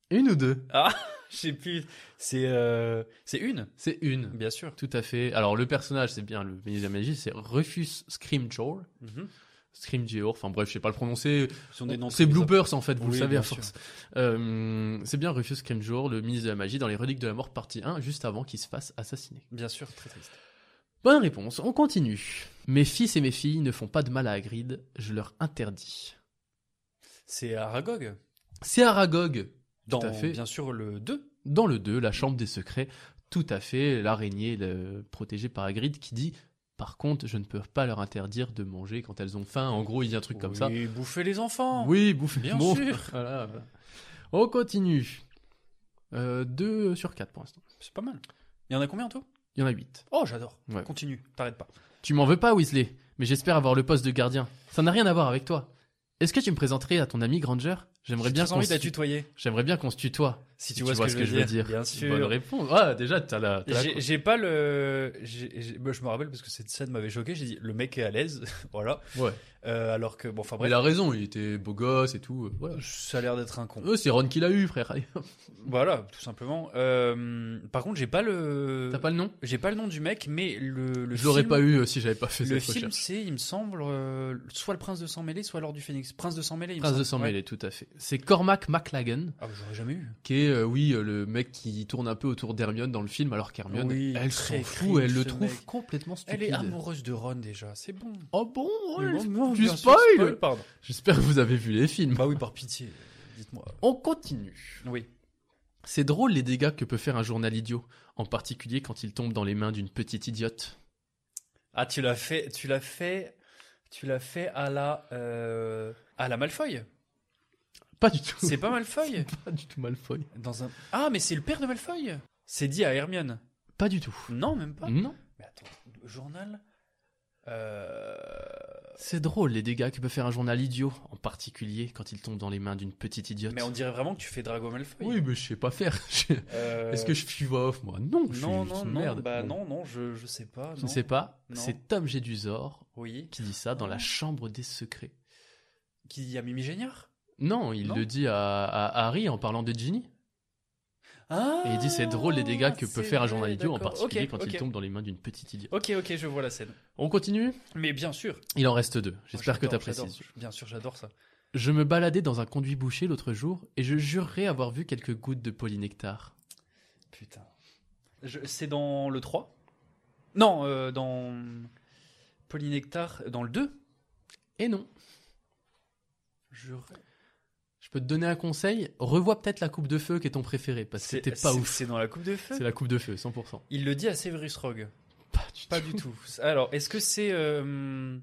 [SPEAKER 5] Une ou deux
[SPEAKER 6] Ah, je sais plus. C'est euh, c'est une,
[SPEAKER 5] C'est une.
[SPEAKER 6] bien sûr.
[SPEAKER 5] Tout à fait. Alors, le personnage, c'est bien le ministre de la magie, c'est Rufus Scrimgeour. Scream Geor, enfin bref, je sais pas le prononcer.
[SPEAKER 6] Mhm. sont des noms très
[SPEAKER 5] C'est bloopers en fait, vous
[SPEAKER 6] Oui,
[SPEAKER 5] le savez
[SPEAKER 6] bien
[SPEAKER 5] à force. Euh, c'est bien Rufus Scrimgeour, le ministre de la magie, dans les reliques de la mort partie 1, juste avant qu'il se fasse assassiner.
[SPEAKER 6] Bien sûr, très triste.
[SPEAKER 5] Bonne réponse, on continue. Mes fils et mes filles ne font pas de mal à Hagrid, je leur interdis.
[SPEAKER 6] C'est Aragog.
[SPEAKER 5] C'est Aragog,
[SPEAKER 6] Dans,
[SPEAKER 5] à fait.
[SPEAKER 6] bien sûr, le 2.
[SPEAKER 5] dans le 2, la chambre des secrets, tout à fait, l'araignée le- protégée par Hagrid qui dit Par contre, je ne peux pas leur interdire de manger quand elles ont faim. En gros, il dit un truc comme ça.
[SPEAKER 6] Oui, bouffer les enfants.
[SPEAKER 5] Oui, bouffe
[SPEAKER 6] Bien
[SPEAKER 5] bon,
[SPEAKER 6] sûr.
[SPEAKER 5] voilà. On continue. 2 sur 4 pour l'instant.
[SPEAKER 6] C'est pas mal. Il y en a combien en tout
[SPEAKER 5] Il y en a 8.
[SPEAKER 6] Oh, j'adore.
[SPEAKER 5] Ouais.
[SPEAKER 6] Continue, t'arrêtes pas.
[SPEAKER 5] Tu m'en veux pas, Weasley, mais j'espère avoir le poste de gardien. Ça n'a rien à voir avec toi. Est-ce que tu me présenterais à ton ami Granger J'aimerais
[SPEAKER 6] J'ai
[SPEAKER 5] bien
[SPEAKER 6] très
[SPEAKER 5] qu'on
[SPEAKER 6] envie
[SPEAKER 5] se
[SPEAKER 6] de la
[SPEAKER 5] tu-
[SPEAKER 6] tutoyer.
[SPEAKER 5] J'aimerais bien qu'on se tutoie.
[SPEAKER 6] Si tu, vois, ce que, je veux dire. Bien sûr.
[SPEAKER 5] Bonne réponse. Ah, déjà, t'as la. t'as la-
[SPEAKER 6] J'ai j'ai pas le. j'ai- j'ai- bah, je me rappelle parce que cette scène m'avait choqué. J'ai dit le mec est à l'aise, voilà.
[SPEAKER 5] Ouais.
[SPEAKER 6] Euh, alors que bon, enfin
[SPEAKER 5] Mais
[SPEAKER 6] bref,
[SPEAKER 5] il a raison, il était beau gosse et tout. euh, Voilà.
[SPEAKER 6] ça a l'air d'être un con.
[SPEAKER 5] Euh, c'est Ron qui l'a eu, frère.
[SPEAKER 6] Voilà, tout simplement. Euh, par contre, j'ai pas le.
[SPEAKER 5] T'as pas le nom
[SPEAKER 6] J'ai pas le nom du mec, mais le. le
[SPEAKER 5] Je l'aurais
[SPEAKER 6] film-
[SPEAKER 5] pas eu euh, si j'avais pas fait
[SPEAKER 6] Le
[SPEAKER 5] cette
[SPEAKER 6] film,
[SPEAKER 5] recherche.
[SPEAKER 6] c'est, il me semble, euh, soit le prince de sang mêlé, soit l'or du phénix. Prince de sang mêlé. il me
[SPEAKER 5] Prince de
[SPEAKER 6] semble.
[SPEAKER 5] sang
[SPEAKER 6] Ouais.
[SPEAKER 5] mêlé, tout à fait. C'est Cormac McLagan,
[SPEAKER 6] Ah, bah, j'aurais jamais eu.
[SPEAKER 5] qui est, euh, oui, euh, le mec qui tourne un peu autour d'Hermione dans le film, alors qu'Hermione,
[SPEAKER 6] Oui,
[SPEAKER 5] elle
[SPEAKER 6] très
[SPEAKER 5] s'en fout,
[SPEAKER 6] cringe,
[SPEAKER 5] elle le
[SPEAKER 6] ce
[SPEAKER 5] trouve
[SPEAKER 6] mec.
[SPEAKER 5] complètement stupide.
[SPEAKER 6] Elle est amoureuse de Ron déjà, c'est bon.
[SPEAKER 5] Oh bon, ouais,
[SPEAKER 6] Mais bon,
[SPEAKER 5] tu
[SPEAKER 6] bien sûr,
[SPEAKER 5] spoil
[SPEAKER 6] Pardon.
[SPEAKER 5] J'espère que vous avez vu les films.
[SPEAKER 6] Bah oui, par pitié, dites-moi.
[SPEAKER 5] On continue.
[SPEAKER 6] Oui.
[SPEAKER 5] C'est drôle les dégâts que peut faire un journal idiot, en particulier quand il tombe dans les mains d'une petite idiote.
[SPEAKER 6] Ah, tu l'as fait, tu l'as fait, tu l'as fait à la, euh, à la Malfoy.
[SPEAKER 5] Pas du tout.
[SPEAKER 6] C'est pas Malfoy
[SPEAKER 5] C'est pas du tout Malfoy.
[SPEAKER 6] dans un. Ah, mais c'est le père de Malfoy. C'est dit à Hermione.
[SPEAKER 5] Pas du tout.
[SPEAKER 6] Non, même pas.
[SPEAKER 5] Non.
[SPEAKER 6] Mais attends, le journal. Euh...
[SPEAKER 5] C'est drôle les dégâts que peut faire un journal idiot, en particulier quand il tombe dans les mains d'une petite idiote.
[SPEAKER 6] Mais on dirait vraiment que tu fais Drago Malfoy.
[SPEAKER 5] Oui, mais je sais pas faire. Je-
[SPEAKER 6] Euh,
[SPEAKER 5] Est-ce que je suis voix off moi Non, je
[SPEAKER 6] Non,
[SPEAKER 5] suis
[SPEAKER 6] non,
[SPEAKER 5] une
[SPEAKER 6] non.
[SPEAKER 5] merde.
[SPEAKER 6] Bah
[SPEAKER 5] Bon.
[SPEAKER 6] non, non, je, je sais pas.
[SPEAKER 5] Je
[SPEAKER 6] non.
[SPEAKER 5] ne sais pas.
[SPEAKER 6] Non.
[SPEAKER 5] C'est Tom Jedusor
[SPEAKER 6] Oui.
[SPEAKER 5] qui dit ça dans la chambre des secrets.
[SPEAKER 6] Qui y a Mimi Géniard
[SPEAKER 5] Non, il
[SPEAKER 6] Non.
[SPEAKER 5] le dit à, à Harry en parlant de Ginny.
[SPEAKER 6] Ah
[SPEAKER 5] Et il dit c'est drôle les dégâts que peut
[SPEAKER 6] c'est
[SPEAKER 5] faire un
[SPEAKER 6] vrai,
[SPEAKER 5] journal idiot, en
[SPEAKER 6] d'accord.
[SPEAKER 5] particulier
[SPEAKER 6] Ok,
[SPEAKER 5] quand
[SPEAKER 6] ok.
[SPEAKER 5] il tombe dans les mains d'une petite idiote.
[SPEAKER 6] Ok, ok, je vois la scène.
[SPEAKER 5] On continue
[SPEAKER 6] Mais bien sûr.
[SPEAKER 5] Il en reste deux. J'espère
[SPEAKER 6] Moi,
[SPEAKER 5] que
[SPEAKER 6] j'adore,
[SPEAKER 5] t'apprécies.
[SPEAKER 6] j'adore. Bien sûr, j'adore ça.
[SPEAKER 5] Je me baladais dans un conduit bouché l'autre jour et je jurerais avoir vu quelques gouttes de polynectar.
[SPEAKER 6] Putain. Je- C'est dans le 3 Non, euh, dans Polynectar, dans le 2
[SPEAKER 5] Et non.
[SPEAKER 6] Je-
[SPEAKER 5] Je peux te donner un conseil Revois peut-être la coupe de feu qui est ton préféré parce que c'était pas
[SPEAKER 6] c'est-
[SPEAKER 5] ouf.
[SPEAKER 6] C'est dans la coupe de feu.
[SPEAKER 5] C'est la coupe de feu, 100%.
[SPEAKER 6] Il le dit à Severus Rogue.
[SPEAKER 5] Pas du
[SPEAKER 6] Pas du tout. Alors, est-ce que c'est. euh,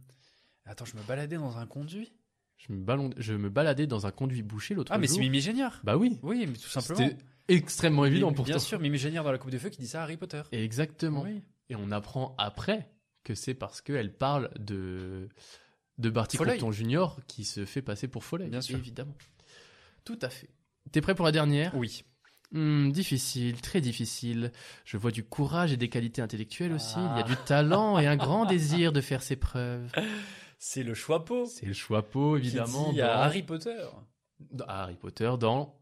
[SPEAKER 6] Attends, je me baladais dans un conduit
[SPEAKER 5] Je me, ballon- je me baladais dans un conduit bouché l'autre
[SPEAKER 6] Ah, mais
[SPEAKER 5] jour.
[SPEAKER 6] c'est Mimi Géniard
[SPEAKER 5] Bah oui.
[SPEAKER 6] Oui, mais tout simplement.
[SPEAKER 5] C'était extrêmement évident
[SPEAKER 6] Mimi-
[SPEAKER 5] pour
[SPEAKER 6] Bien sûr, Mimi Géniard dans la coupe de feu qui dit ça à Harry Potter.
[SPEAKER 5] Exactement.
[SPEAKER 6] Oui.
[SPEAKER 5] Et on apprend après que c'est parce qu'elle parle de, de Barty
[SPEAKER 6] Foley.
[SPEAKER 5] Compton Junior qui se fait passer pour Foley.
[SPEAKER 6] Bien sûr.
[SPEAKER 5] Évidemment. Tout à fait. T'es prêt pour la dernière
[SPEAKER 6] Oui.
[SPEAKER 5] Hmm, Difficile, très difficile. Je vois du courage et des qualités intellectuelles aussi. Il y a du
[SPEAKER 6] Ah.
[SPEAKER 5] talent et un grand désir de faire ses preuves.
[SPEAKER 6] C'est le choix
[SPEAKER 5] C'est le choix pot, évidemment.
[SPEAKER 6] Qui dit à
[SPEAKER 5] dans-
[SPEAKER 6] Harry Potter.
[SPEAKER 5] dans Harry Potter dans...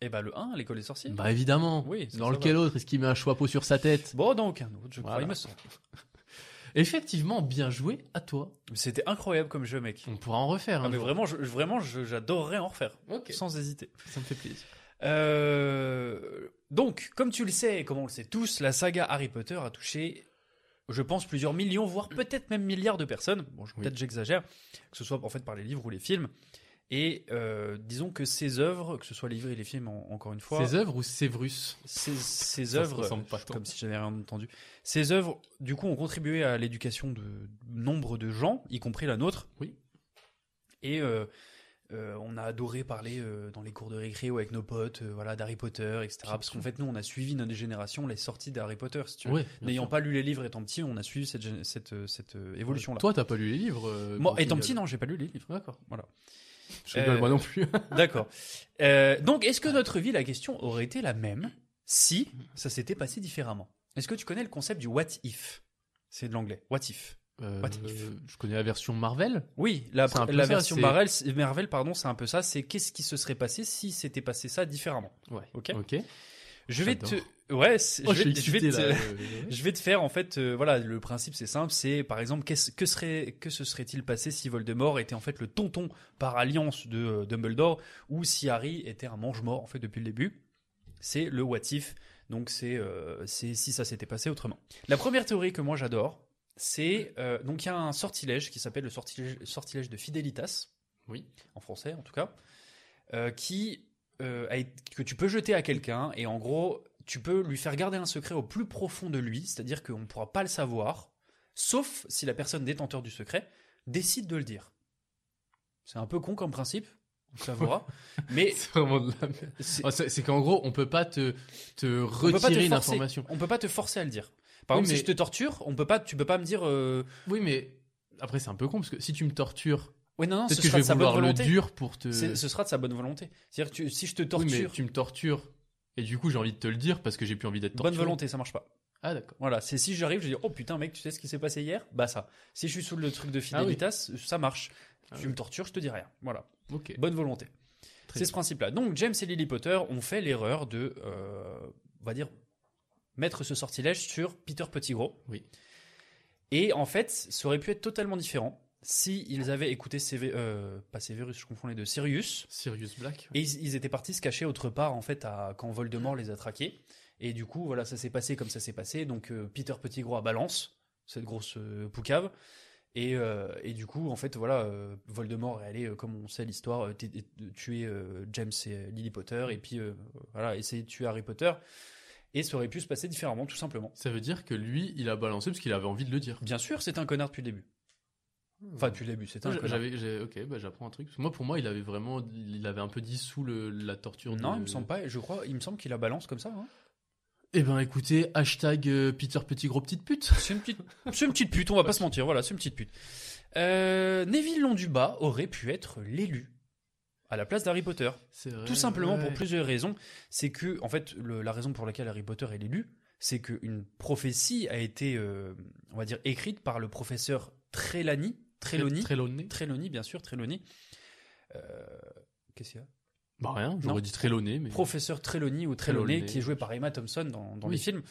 [SPEAKER 6] Eh bah, le 1, l'école des sorciers.
[SPEAKER 5] Bah évidemment.
[SPEAKER 6] Oui, ça,
[SPEAKER 5] dans
[SPEAKER 6] ça
[SPEAKER 5] lequel
[SPEAKER 6] va.
[SPEAKER 5] autre Est-ce qu'il met un choix pot sur sa tête
[SPEAKER 6] Bon, dans aucun autre, je crois,
[SPEAKER 5] Voilà.
[SPEAKER 6] il me semble.
[SPEAKER 5] Effectivement, bien joué à toi.
[SPEAKER 6] Mais C'était incroyable comme jeu, mec.
[SPEAKER 5] On pourra en refaire. hein,
[SPEAKER 6] Ah,
[SPEAKER 5] un
[SPEAKER 6] mais
[SPEAKER 5] jour.
[SPEAKER 6] vraiment, je- je- vraiment, je- j'adorerais en refaire.
[SPEAKER 5] Ok.
[SPEAKER 6] Sans hésiter.
[SPEAKER 5] Ça me fait plaisir.
[SPEAKER 6] Euh, donc, comme tu le sais, et comme on le sait tous, la saga Harry Potter a touché, je pense, plusieurs millions, voire peut-être même milliards de personnes. Bon, je-
[SPEAKER 5] Oui.
[SPEAKER 6] peut-être j'exagère, que ce soit en fait par les livres ou les films. Et euh, disons que ces œuvres, que ce soit les livres et les films, en- encore une fois,
[SPEAKER 5] Ses œuvres ou Sévrus
[SPEAKER 6] ces, ces
[SPEAKER 5] Ça se
[SPEAKER 6] œuvres,
[SPEAKER 5] ressemble pas tant.
[SPEAKER 6] comme si j'avais rien entendu, ces œuvres, du coup, ont contribué à l'éducation de nombre de gens, y compris la nôtre.
[SPEAKER 5] Oui.
[SPEAKER 6] Et euh, euh, on a adoré parler euh, dans les cours de récré ou avec nos potes, euh, voilà, d'Harry Potter, etc. Parce qu'en fait, nous, on a suivi notre génération les sorties d'Harry Potter, si tu veux.
[SPEAKER 5] Ouais, bien
[SPEAKER 6] N'ayant
[SPEAKER 5] sûr.
[SPEAKER 6] pas lu les livres étant petit, on a suivi cette, gén- cette, euh, cette euh, évolution-là.
[SPEAKER 5] Toi, t'as pas lu les livres euh,
[SPEAKER 6] Moi,
[SPEAKER 5] pour
[SPEAKER 6] étant
[SPEAKER 5] qu'il-
[SPEAKER 6] petit, non, j'ai pas lu les livres. D'accord. Voilà.
[SPEAKER 5] Je rigole,
[SPEAKER 6] Euh,
[SPEAKER 5] moi non plus.
[SPEAKER 6] D'accord. Euh, donc, est-ce que notre vie, la question aurait été la même si ça s'était passé différemment Est-ce que tu connais le concept du what if C'est de l'anglais. What if
[SPEAKER 5] Euh,
[SPEAKER 6] what if
[SPEAKER 5] je connais la version Marvel.
[SPEAKER 6] Oui, la,
[SPEAKER 5] C'est un peu
[SPEAKER 6] la
[SPEAKER 5] ça,
[SPEAKER 6] version
[SPEAKER 5] c'est-
[SPEAKER 6] Marvel, c'est- Marvel, pardon, c'est un peu ça. C'est qu'est-ce qui se serait passé si s'était passé ça différemment
[SPEAKER 5] Ouais.
[SPEAKER 6] Ok.
[SPEAKER 5] Ok.
[SPEAKER 6] Je vais te.
[SPEAKER 5] J'adore.
[SPEAKER 6] Ouais, c'est-
[SPEAKER 5] Oh,
[SPEAKER 6] je, vais,
[SPEAKER 5] je suis
[SPEAKER 6] je vais
[SPEAKER 5] excité, là,
[SPEAKER 6] te,
[SPEAKER 5] euh,
[SPEAKER 6] je vais te faire en fait. euh, voilà, le principe c'est simple. C'est par exemple qu'est-ce- que serait que se serait-il passé si Voldemort était en fait le tonton par alliance de euh, Dumbledore ou si Harry était un mange-mort en fait depuis le début. C'est le what if. Donc c'est euh, c'est si ça s'était passé autrement. La première théorie que moi j'adore, c'est euh, donc il y a un sortilège qui s'appelle le sortilège, sortilège de Fidelitas.
[SPEAKER 5] Oui.
[SPEAKER 6] En français en tout cas, euh, qui euh, a été- que tu peux jeter à quelqu'un et en gros tu peux lui faire garder un secret au plus profond de lui, c'est-à-dire qu'on ne pourra pas le savoir, sauf si la personne détenteur du secret décide de le dire. C'est un peu con comme principe, on le saura, mais
[SPEAKER 5] C'est vraiment de la merde.
[SPEAKER 6] c'est-
[SPEAKER 5] Oh, c'est c'est qu'en gros, on peut pas te, te
[SPEAKER 6] on peut pas te
[SPEAKER 5] retirer une
[SPEAKER 6] forcer-
[SPEAKER 5] information.
[SPEAKER 6] On peut pas te forcer à le dire. Par
[SPEAKER 5] Oui,
[SPEAKER 6] exemple,
[SPEAKER 5] mais-
[SPEAKER 6] si je te torture, on peut pas, tu peux pas me dire. euh,
[SPEAKER 5] Oui, mais après, c'est un peu con parce que si tu me tortures,
[SPEAKER 6] Ouais, non, non, ce
[SPEAKER 5] peut-être que je
[SPEAKER 6] sera
[SPEAKER 5] vais
[SPEAKER 6] de sa bonne
[SPEAKER 5] vouloir le
[SPEAKER 6] volonté.
[SPEAKER 5] dur pour te.
[SPEAKER 6] C'est- Ce sera de sa bonne volonté. C'est-à-dire, que tu- si je te
[SPEAKER 5] Oui,
[SPEAKER 6] torture,
[SPEAKER 5] mais tu me tortures. Et du coup, j'ai envie de te le dire parce que j'ai plus envie d'être torturé.
[SPEAKER 6] bonne volonté, ça marche pas.
[SPEAKER 5] Ah, d'accord.
[SPEAKER 6] Voilà, c'est si j'arrive, je dis oh putain mec, tu sais ce qui s'est passé hier Bah ça. Si je suis sous le truc de
[SPEAKER 5] Ah oui.
[SPEAKER 6] fidelitas, ça marche.
[SPEAKER 5] Ah
[SPEAKER 6] tu
[SPEAKER 5] oui.
[SPEAKER 6] me tortures, je te dis rien. Voilà,
[SPEAKER 5] Ok.
[SPEAKER 6] bonne volonté.
[SPEAKER 5] Très
[SPEAKER 6] C'est
[SPEAKER 5] bien.
[SPEAKER 6] ce principe-là. Donc James et Lily Potter ont fait l'erreur de, euh, on va dire, mettre ce sortilège sur Peter Pettigrew.
[SPEAKER 5] Oui.
[SPEAKER 6] Et en fait, ça aurait pu être totalement différent si ils avaient écouté Sévé- euh, pas Severus, je confonds les deux, Sirius.
[SPEAKER 5] Sirius Black.
[SPEAKER 6] Et ils, ils étaient partis se cacher autre part, en fait, à, quand Voldemort les a traqués. Et du coup, voilà, ça s'est passé comme ça s'est passé. Donc, euh, Peter Pettigrew à balance, cette grosse euh, poucave. Et, euh, et du coup, en fait, voilà, euh, Voldemort est allé, euh, comme on sait l'histoire, euh, t- t- tuer euh, James et euh, Lily Potter. Et puis, euh, voilà, essayer de tuer Harry Potter. Et ça aurait pu se passer différemment, tout simplement.
[SPEAKER 5] Ça veut dire que lui, il a balancé parce qu'il avait envie de le dire.
[SPEAKER 6] Bien sûr, c'est un connard depuis le début. Enfin, depuis le début, c'est un
[SPEAKER 5] Putain,
[SPEAKER 6] connard.
[SPEAKER 5] Hmm. j'avais, j'ai- ok, bah, j'apprends un truc. Parce que moi, pour moi, il avait vraiment, il avait un peu dissous le, la torture.
[SPEAKER 6] Non,
[SPEAKER 5] de-
[SPEAKER 6] il me semble pas. Je crois, il me semble qu'il la balance comme ça. hein.
[SPEAKER 5] Eh ben, écoutez, hashtag euh, Peter Petit Gros Petite Pute.
[SPEAKER 6] C'est une petite, c'est une petite pute, on va pas se mentir. Voilà, c'est une petite pute. Euh, Neville Londubat aurait pu être l'élu à la place d'Harry Potter.
[SPEAKER 5] C'est vrai,
[SPEAKER 6] Tout simplement
[SPEAKER 5] ouais.
[SPEAKER 6] pour plusieurs raisons. C'est que, en fait, le- la raison pour laquelle Harry Potter est l'élu, c'est qu'une prophétie a été, euh, on va dire, écrite par le professeur Trelawney. Trelawney.
[SPEAKER 5] Trelawney.
[SPEAKER 6] Trelawney, bien sûr, Trelawney. Euh, Qu'est-ce qu'il y a
[SPEAKER 5] Bah rien,
[SPEAKER 6] Non.
[SPEAKER 5] j'aurais dit Trelawney, mais.
[SPEAKER 6] professeur Trelawney ou Trelawney,
[SPEAKER 5] Trelawney,
[SPEAKER 6] qui est joué par Emma Thompson dans, dans
[SPEAKER 5] Oui.
[SPEAKER 6] les films.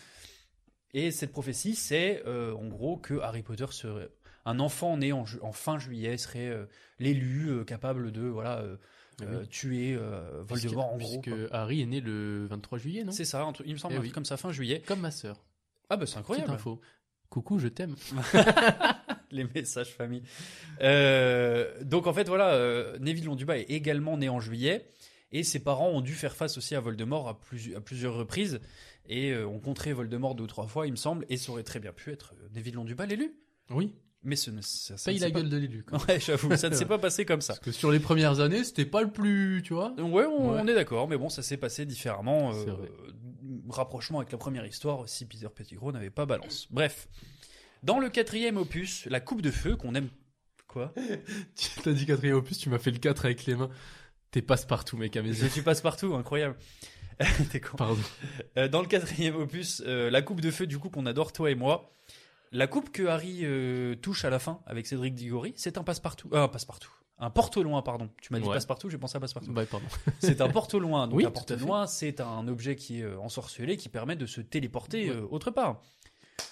[SPEAKER 6] Et cette prophétie, c'est euh, en gros que Harry Potter serait un enfant né en, ju- en fin juillet serait euh, l'élu euh, capable de voilà euh,
[SPEAKER 5] Ah oui.
[SPEAKER 6] euh, tuer euh,
[SPEAKER 5] Puisque-
[SPEAKER 6] Voldemort en gros.
[SPEAKER 5] puisque
[SPEAKER 6] quoi.
[SPEAKER 5] Harry est né le 23 juillet, non
[SPEAKER 6] C'est ça, un truc- il me semble
[SPEAKER 5] Eh
[SPEAKER 6] un
[SPEAKER 5] oui.
[SPEAKER 6] truc comme ça fin juillet.
[SPEAKER 5] Comme ma sœur.
[SPEAKER 6] Ah bah c'est
[SPEAKER 5] Petite
[SPEAKER 6] incroyable.
[SPEAKER 5] info. Coucou, je t'aime.
[SPEAKER 6] les messages famille. Euh, donc en fait voilà, euh, Neville Londubat est également né en juillet et ses parents ont dû faire face aussi à Voldemort à, plus- à plusieurs reprises et euh, ont contré Voldemort deux ou trois fois il me semble et ça aurait très bien pu être euh, Neville Londubat l'élu.
[SPEAKER 5] Oui.
[SPEAKER 6] Mais ce ne ça, ça
[SPEAKER 5] Paye
[SPEAKER 6] ne
[SPEAKER 5] la
[SPEAKER 6] s'est pas-
[SPEAKER 5] gueule de l'élu. quoi.
[SPEAKER 6] Ouais, j'avoue, ça ne s'est pas passé comme ça.
[SPEAKER 5] Parce que sur les premières années, c'était pas le plus, tu vois.
[SPEAKER 6] Ouais, on,
[SPEAKER 5] Ouais.
[SPEAKER 6] on est d'accord, mais bon, ça s'est passé différemment. euh,
[SPEAKER 5] C'est vrai.
[SPEAKER 6] rapprochement avec la première histoire, si Peter Pettigrew n'avait pas balance. Bref, dans le quatrième opus, la coupe de feu qu'on aime. Quoi
[SPEAKER 5] Tu t'as dit quatrième opus, tu m'as fait le 4 avec les mains. T'es passe-partout, mec, à mes
[SPEAKER 6] Je
[SPEAKER 5] yeux.
[SPEAKER 6] suis passe-partout, incroyable. T'es con.
[SPEAKER 5] Pardon.
[SPEAKER 6] Euh, dans le quatrième opus, euh, la coupe de feu, du coup, qu'on adore, toi et moi. La coupe que Harry euh, touche à la fin avec Cédric Diggory, c'est un passe-partout. euh, un passe-partout. Un porte-loin, pardon. Tu m'as dit
[SPEAKER 5] Ouais.
[SPEAKER 6] passe-partout, j'ai pensé à passe-partout.
[SPEAKER 5] Bah, pardon.
[SPEAKER 6] C'est un porte-loin. Donc,
[SPEAKER 5] Oui,
[SPEAKER 6] un
[SPEAKER 5] tout à fait.
[SPEAKER 6] porte-loin, c'est un objet qui est euh, ensorcelé, qui permet de se téléporter
[SPEAKER 5] Ouais.
[SPEAKER 6] euh, autre part.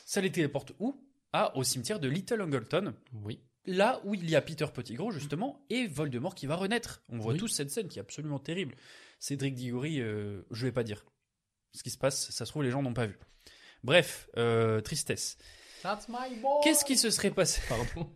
[SPEAKER 6] Ça les téléporte où Ah, au cimetière de Little Angleton,
[SPEAKER 5] Oui.
[SPEAKER 6] là où il y a Peter Pettigrew, justement, et Voldemort qui va renaître. On voit
[SPEAKER 5] Oui.
[SPEAKER 6] tous cette scène qui est absolument terrible. Cédric Diggory, euh, je vais pas dire ce qui se passe, ça se trouve, les gens n'ont pas vu. Bref, euh, tristesse.
[SPEAKER 5] That's my boy.
[SPEAKER 6] Qu'est-ce qui se serait passé
[SPEAKER 5] Pardon.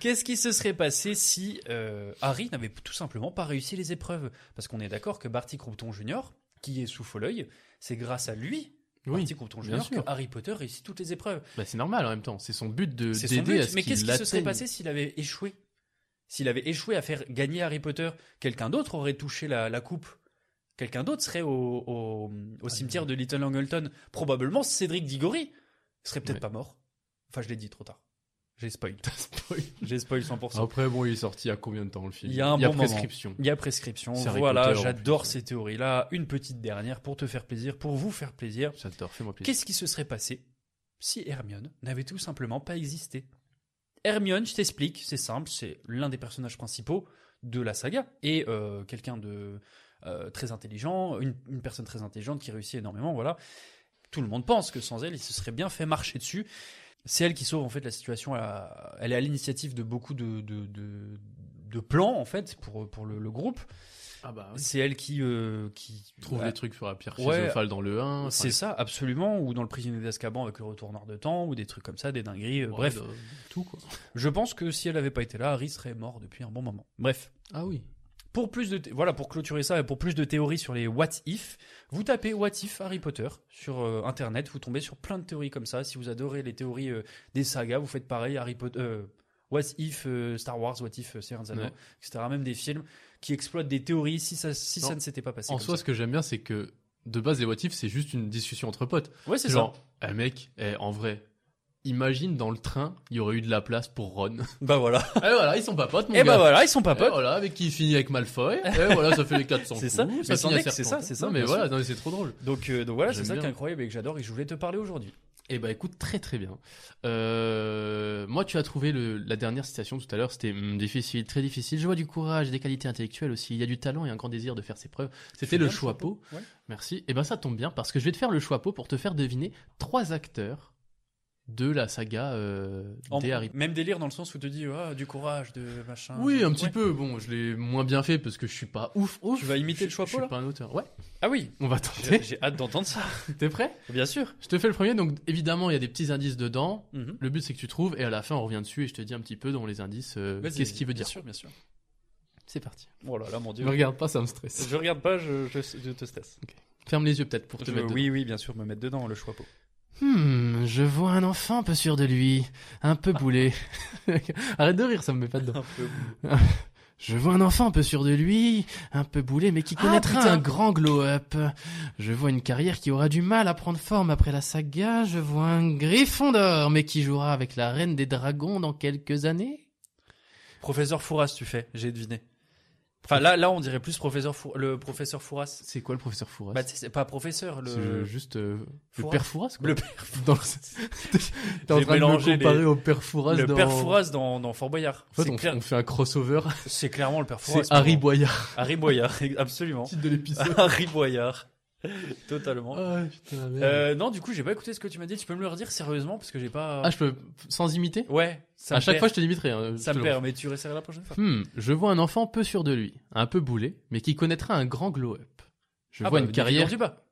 [SPEAKER 6] Qu'est-ce qui se serait passé si euh, Harry n'avait tout simplement pas réussi les épreuves Parce qu'on est d'accord que Barty Croupton Jr., qui est sous Folleuil, c'est grâce à lui,
[SPEAKER 5] Oui.
[SPEAKER 6] Barty Croupton
[SPEAKER 5] bien
[SPEAKER 6] Jr.,
[SPEAKER 5] sûr.
[SPEAKER 6] que Harry Potter réussit toutes les épreuves.
[SPEAKER 5] Bah, c'est normal en même temps. C'est son but de
[SPEAKER 6] C'est son
[SPEAKER 5] d'aider à
[SPEAKER 6] but.
[SPEAKER 5] ce
[SPEAKER 6] Mais
[SPEAKER 5] qu'il
[SPEAKER 6] qu'est-ce qui se serait
[SPEAKER 5] atteigne.
[SPEAKER 6] passé s'il avait échoué S'il avait échoué à faire gagner Harry Potter, quelqu'un d'autre aurait touché la, la coupe. Quelqu'un d'autre serait au, au-
[SPEAKER 5] Ah,
[SPEAKER 6] au cimetière de Little Angleton. Probablement Cédric Diggory serait peut-être
[SPEAKER 5] Ouais.
[SPEAKER 6] pas mort. Enfin, je l'ai dit trop tard. J'ai spoil.
[SPEAKER 5] T'as spoil. Ah
[SPEAKER 6] J'ai spoil 100%.
[SPEAKER 5] Après, bon, il est sorti il y a combien de temps le film
[SPEAKER 6] Il y a un bon moment.
[SPEAKER 5] prescription.
[SPEAKER 6] Il y a prescription.
[SPEAKER 5] C'est Harry
[SPEAKER 6] Voilà,
[SPEAKER 5] Potter, en
[SPEAKER 6] j'adore
[SPEAKER 5] plus.
[SPEAKER 6] ces théories-là. Une petite dernière pour te faire plaisir, pour vous faire plaisir.
[SPEAKER 5] J'adore, fais-moi plaisir.
[SPEAKER 6] Qu'est-ce qui se serait passé si Hermione n'avait tout simplement pas existé Hermione, je t'explique, c'est simple, c'est l'un des personnages principaux de la saga et euh, quelqu'un de euh, très intelligent, une, une personne très intelligente qui réussit énormément, voilà. Tout le monde pense que sans elle, il se serait bien fait marcher dessus. C'est elle qui sauve en fait la situation. Elle, a- elle est à l'initiative de beaucoup de, de, de- de plans en fait pour, pour le, le groupe.
[SPEAKER 5] Ah bah oui.
[SPEAKER 6] C'est elle qui, euh, qui
[SPEAKER 5] Trouve
[SPEAKER 6] Ah,
[SPEAKER 5] les trucs sur la pierre
[SPEAKER 6] Ouais.
[SPEAKER 5] philosophale dans le 1.
[SPEAKER 6] c'est ça, absolument. Ou dans le prisonnier d'Azkaban avec le retourneur de temps, ou des trucs comme ça, des dingueries. euh, bref,
[SPEAKER 5] tout quoi.
[SPEAKER 6] je pense que si elle n'avait pas été là, Harry serait mort depuis un bon moment. Bref.
[SPEAKER 5] Ah oui.
[SPEAKER 6] Pour plus de thé- voilà pour clôturer ça et pour plus de théories sur les what if, vous tapez what if Harry Potter sur euh, internet, vous tombez sur plein de théories comme ça. Si vous adorez les théories euh, des sagas, vous faites pareil Harry Potter, euh, what if euh, Star Wars, what if euh, Seigneur des Anneaux,
[SPEAKER 5] Ouais.
[SPEAKER 6] etc. Même des films qui exploitent des théories si ça si
[SPEAKER 5] Non.
[SPEAKER 6] ça ne s'était pas passé.
[SPEAKER 5] En
[SPEAKER 6] comme
[SPEAKER 5] soi,
[SPEAKER 6] ça.
[SPEAKER 5] ce que j'aime bien, c'est que de base, les what if, c'est juste une discussion entre potes.
[SPEAKER 6] ouais c'est
[SPEAKER 5] Genre, eh, mec, eh, en vrai, imagine dans le train, il y aurait eu de la place pour Ron.
[SPEAKER 6] ça. Bah voilà.
[SPEAKER 5] eh voilà, ils sont pas potes, mon
[SPEAKER 6] Et
[SPEAKER 5] gars.
[SPEAKER 6] bah voilà ils sont
[SPEAKER 5] Eh
[SPEAKER 6] pas potes.
[SPEAKER 5] voilà, avec qui il finit avec Malfoy. Et voilà, ça fait les 400
[SPEAKER 6] C'est
[SPEAKER 5] coups.
[SPEAKER 6] ça. Ça
[SPEAKER 5] finit
[SPEAKER 6] s'en
[SPEAKER 5] à
[SPEAKER 6] est que c'est
[SPEAKER 5] Serpentard.
[SPEAKER 6] ça, c'est ça,
[SPEAKER 5] Non, mais
[SPEAKER 6] bien
[SPEAKER 5] voilà,
[SPEAKER 6] sûr.
[SPEAKER 5] non, mais c'est trop drôle.
[SPEAKER 6] Donc, euh, donc voilà
[SPEAKER 5] J'aime
[SPEAKER 6] c'est ça
[SPEAKER 5] bien.
[SPEAKER 6] qui est incroyable et que j'adore et je voulais te parler aujourd'hui.
[SPEAKER 5] Eh ben écoute, très très bien. Euh, moi, tu as trouvé le- la dernière citation tout à l'heure, c'était hum, difficile, très difficile. Je vois du courage, des qualités intellectuelles aussi. Il y a du talent et un grand désir de faire ses preuves. C'était
[SPEAKER 6] fais
[SPEAKER 5] le
[SPEAKER 6] bien le choix
[SPEAKER 5] choix-pot.
[SPEAKER 6] pot, ouais.
[SPEAKER 5] Merci. Eh ben ça tombe bien parce que je vais te faire le choix-pot pour te faire deviner trois acteurs de la saga euh,
[SPEAKER 6] En-
[SPEAKER 5] des Harry
[SPEAKER 6] Même délire dans le sens où tu dis ah, du courage de machin.
[SPEAKER 5] Oui, un petit
[SPEAKER 6] Ouais.
[SPEAKER 5] peu. Bon, je l'ai moins bien fait parce que je suis pas ouf. ouf.
[SPEAKER 6] Tu vas imiter
[SPEAKER 5] Je-
[SPEAKER 6] le Choix-Pot,
[SPEAKER 5] Je
[SPEAKER 6] là
[SPEAKER 5] suis pas un auteur. Ouais,
[SPEAKER 6] Ah oui.
[SPEAKER 5] on va
[SPEAKER 6] J'ai
[SPEAKER 5] tenter.
[SPEAKER 6] j'ai hâte d'entendre ça.
[SPEAKER 5] T'es prêt
[SPEAKER 6] Bien sûr. Mhm.
[SPEAKER 5] Je te fais le premier. Donc évidemment, il y a des petits indices dedans. Le but c'est que tu trouves et à la fin on revient dessus et je te dis un petit peu dans les indices euh,
[SPEAKER 6] Vas-y,
[SPEAKER 5] qu'est-ce qu'il veut
[SPEAKER 6] bien
[SPEAKER 5] dire.
[SPEAKER 6] sûr, bien sûr.
[SPEAKER 5] C'est parti.
[SPEAKER 6] Oh là là, mon dieu.
[SPEAKER 5] Ne regarde pas, ça me stresse.
[SPEAKER 6] Je regarde pas, je, je, je te stresse.
[SPEAKER 5] Ferme les yeux peut-être pour te
[SPEAKER 6] Je-
[SPEAKER 5] mettre.
[SPEAKER 6] oui, oui, bien sûr, me mettre dedans, le choix pot.
[SPEAKER 5] dedans. Hmm, je vois un enfant peu sûr de lui, un peu boulé. Arrête de rire, ça me met pas dedans. Je vois un enfant un peu sûr de lui, un peu boulé, mais qui connaîtra
[SPEAKER 6] putain.
[SPEAKER 5] un grand glow-up. Je vois une carrière qui aura du mal à prendre forme après la saga. Je vois un griffon d'or, mais qui jouera avec la reine des dragons dans quelques années.
[SPEAKER 6] Professeur Fouras, tu fais, j'ai deviné. Enfin, là, là, on dirait plus professeur Fou- le professeur Fouras.
[SPEAKER 5] C'est quoi le professeur Fouras
[SPEAKER 6] Bah, tu sais, c'est pas professeur, le.
[SPEAKER 5] juste euh,
[SPEAKER 6] Fouras.
[SPEAKER 5] le père Fouras. Quoi.
[SPEAKER 6] Le
[SPEAKER 5] père. Dans le... T'es en
[SPEAKER 6] J'ai
[SPEAKER 5] train de
[SPEAKER 6] mélangé
[SPEAKER 5] me comparer
[SPEAKER 6] les-
[SPEAKER 5] au père Fouras.
[SPEAKER 6] le
[SPEAKER 5] dans-
[SPEAKER 6] père Fouras dans, dans Fort Boyard.
[SPEAKER 5] En fait,
[SPEAKER 6] c'est,
[SPEAKER 5] on,
[SPEAKER 6] clair-
[SPEAKER 5] on fait un crossover.
[SPEAKER 6] c'est clairement le père Fouras.
[SPEAKER 5] C'est Harry
[SPEAKER 6] pour
[SPEAKER 5] Boyard,
[SPEAKER 6] moi. Harry Boyard, absolument.
[SPEAKER 5] titre de l'épisode.
[SPEAKER 6] Harry Boyard. Totalement.
[SPEAKER 5] Ah, putain, merde.
[SPEAKER 6] Euh, non, du coup, j'ai pas écouté ce que tu m'as dit. Tu peux me le redire sérieusement parce que j'ai pas.
[SPEAKER 5] Ah, je peux sans imiter
[SPEAKER 6] Ouais. Ça
[SPEAKER 5] À
[SPEAKER 6] me
[SPEAKER 5] chaque
[SPEAKER 6] perd.
[SPEAKER 5] fois, je te limiterai. hein,
[SPEAKER 6] Ça
[SPEAKER 5] je
[SPEAKER 6] me
[SPEAKER 5] te
[SPEAKER 6] perd, mais tu resserres la prochaine fois.
[SPEAKER 5] le- Hmm, je vois un enfant peu sûr de lui, un peu boulé, mais qui connaîtra un grand glow-up. Je
[SPEAKER 6] Ah bah,
[SPEAKER 5] vois une
[SPEAKER 6] David
[SPEAKER 5] carrière.
[SPEAKER 6] Gorduba.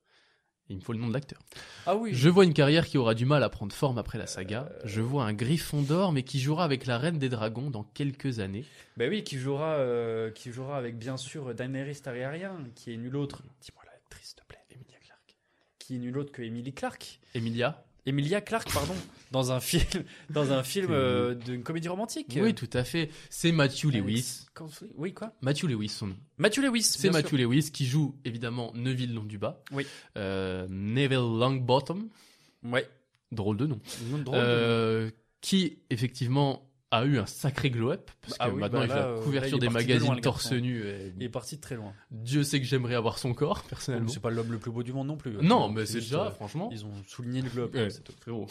[SPEAKER 5] Il me faut le nom de l'acteur.
[SPEAKER 6] Ah oui. Euh,
[SPEAKER 5] Je vois une carrière qui aura du mal à prendre forme après la saga. Je vois un griffon d'or, mais qui jouera avec la reine des dragons dans quelques années.
[SPEAKER 6] Bah oui, qui jouera, euh, qui jouera avec bien sûr Daenerys Targaryen, qui est nul autre. Dis-moi l'actrice, s'il te plaît, Emilia Clarke. Qui est nul autre que Emily Clarke.
[SPEAKER 5] Emilia
[SPEAKER 6] Emilia Clarke, pardon, dans un film, dans un film euh, d'une comédie romantique.
[SPEAKER 5] Oui, tout à fait. C'est Matthew
[SPEAKER 6] Alex
[SPEAKER 5] Lewis.
[SPEAKER 6] Confley- Oui, quoi
[SPEAKER 5] Matthew Lewis, son nom.
[SPEAKER 6] Mathieu Lewis.
[SPEAKER 5] C'est
[SPEAKER 6] bien sûr.
[SPEAKER 5] Matthew Lewis qui joue évidemment Neville Londuba.
[SPEAKER 6] Oui.
[SPEAKER 5] Euh, Neville Longbottom.
[SPEAKER 6] Ouais.
[SPEAKER 5] Drôle de nom.
[SPEAKER 6] Nom drôle.
[SPEAKER 5] Euh, qui effectivement a eu un sacré glow-up parce
[SPEAKER 6] Ah
[SPEAKER 5] que
[SPEAKER 6] oui,
[SPEAKER 5] maintenant
[SPEAKER 6] bah
[SPEAKER 5] il fait
[SPEAKER 6] là,
[SPEAKER 5] la
[SPEAKER 6] euh, là, il
[SPEAKER 5] couverture
[SPEAKER 6] est
[SPEAKER 5] des
[SPEAKER 6] parti de
[SPEAKER 5] magazines
[SPEAKER 6] loin, le
[SPEAKER 5] torse
[SPEAKER 6] garçon.
[SPEAKER 5] nu. et
[SPEAKER 6] Il est parti de très loin.
[SPEAKER 5] Dieu sait que j'aimerais avoir son corps personnellement.
[SPEAKER 6] C'est pas l'homme le plus beau du monde non plus.
[SPEAKER 5] Non, mais c'est
[SPEAKER 6] juste,
[SPEAKER 5] déjà
[SPEAKER 6] euh,
[SPEAKER 5] franchement.
[SPEAKER 6] Ils ont souligné le globe.
[SPEAKER 5] Ouais,
[SPEAKER 6] c'est tout.
[SPEAKER 5] frérot.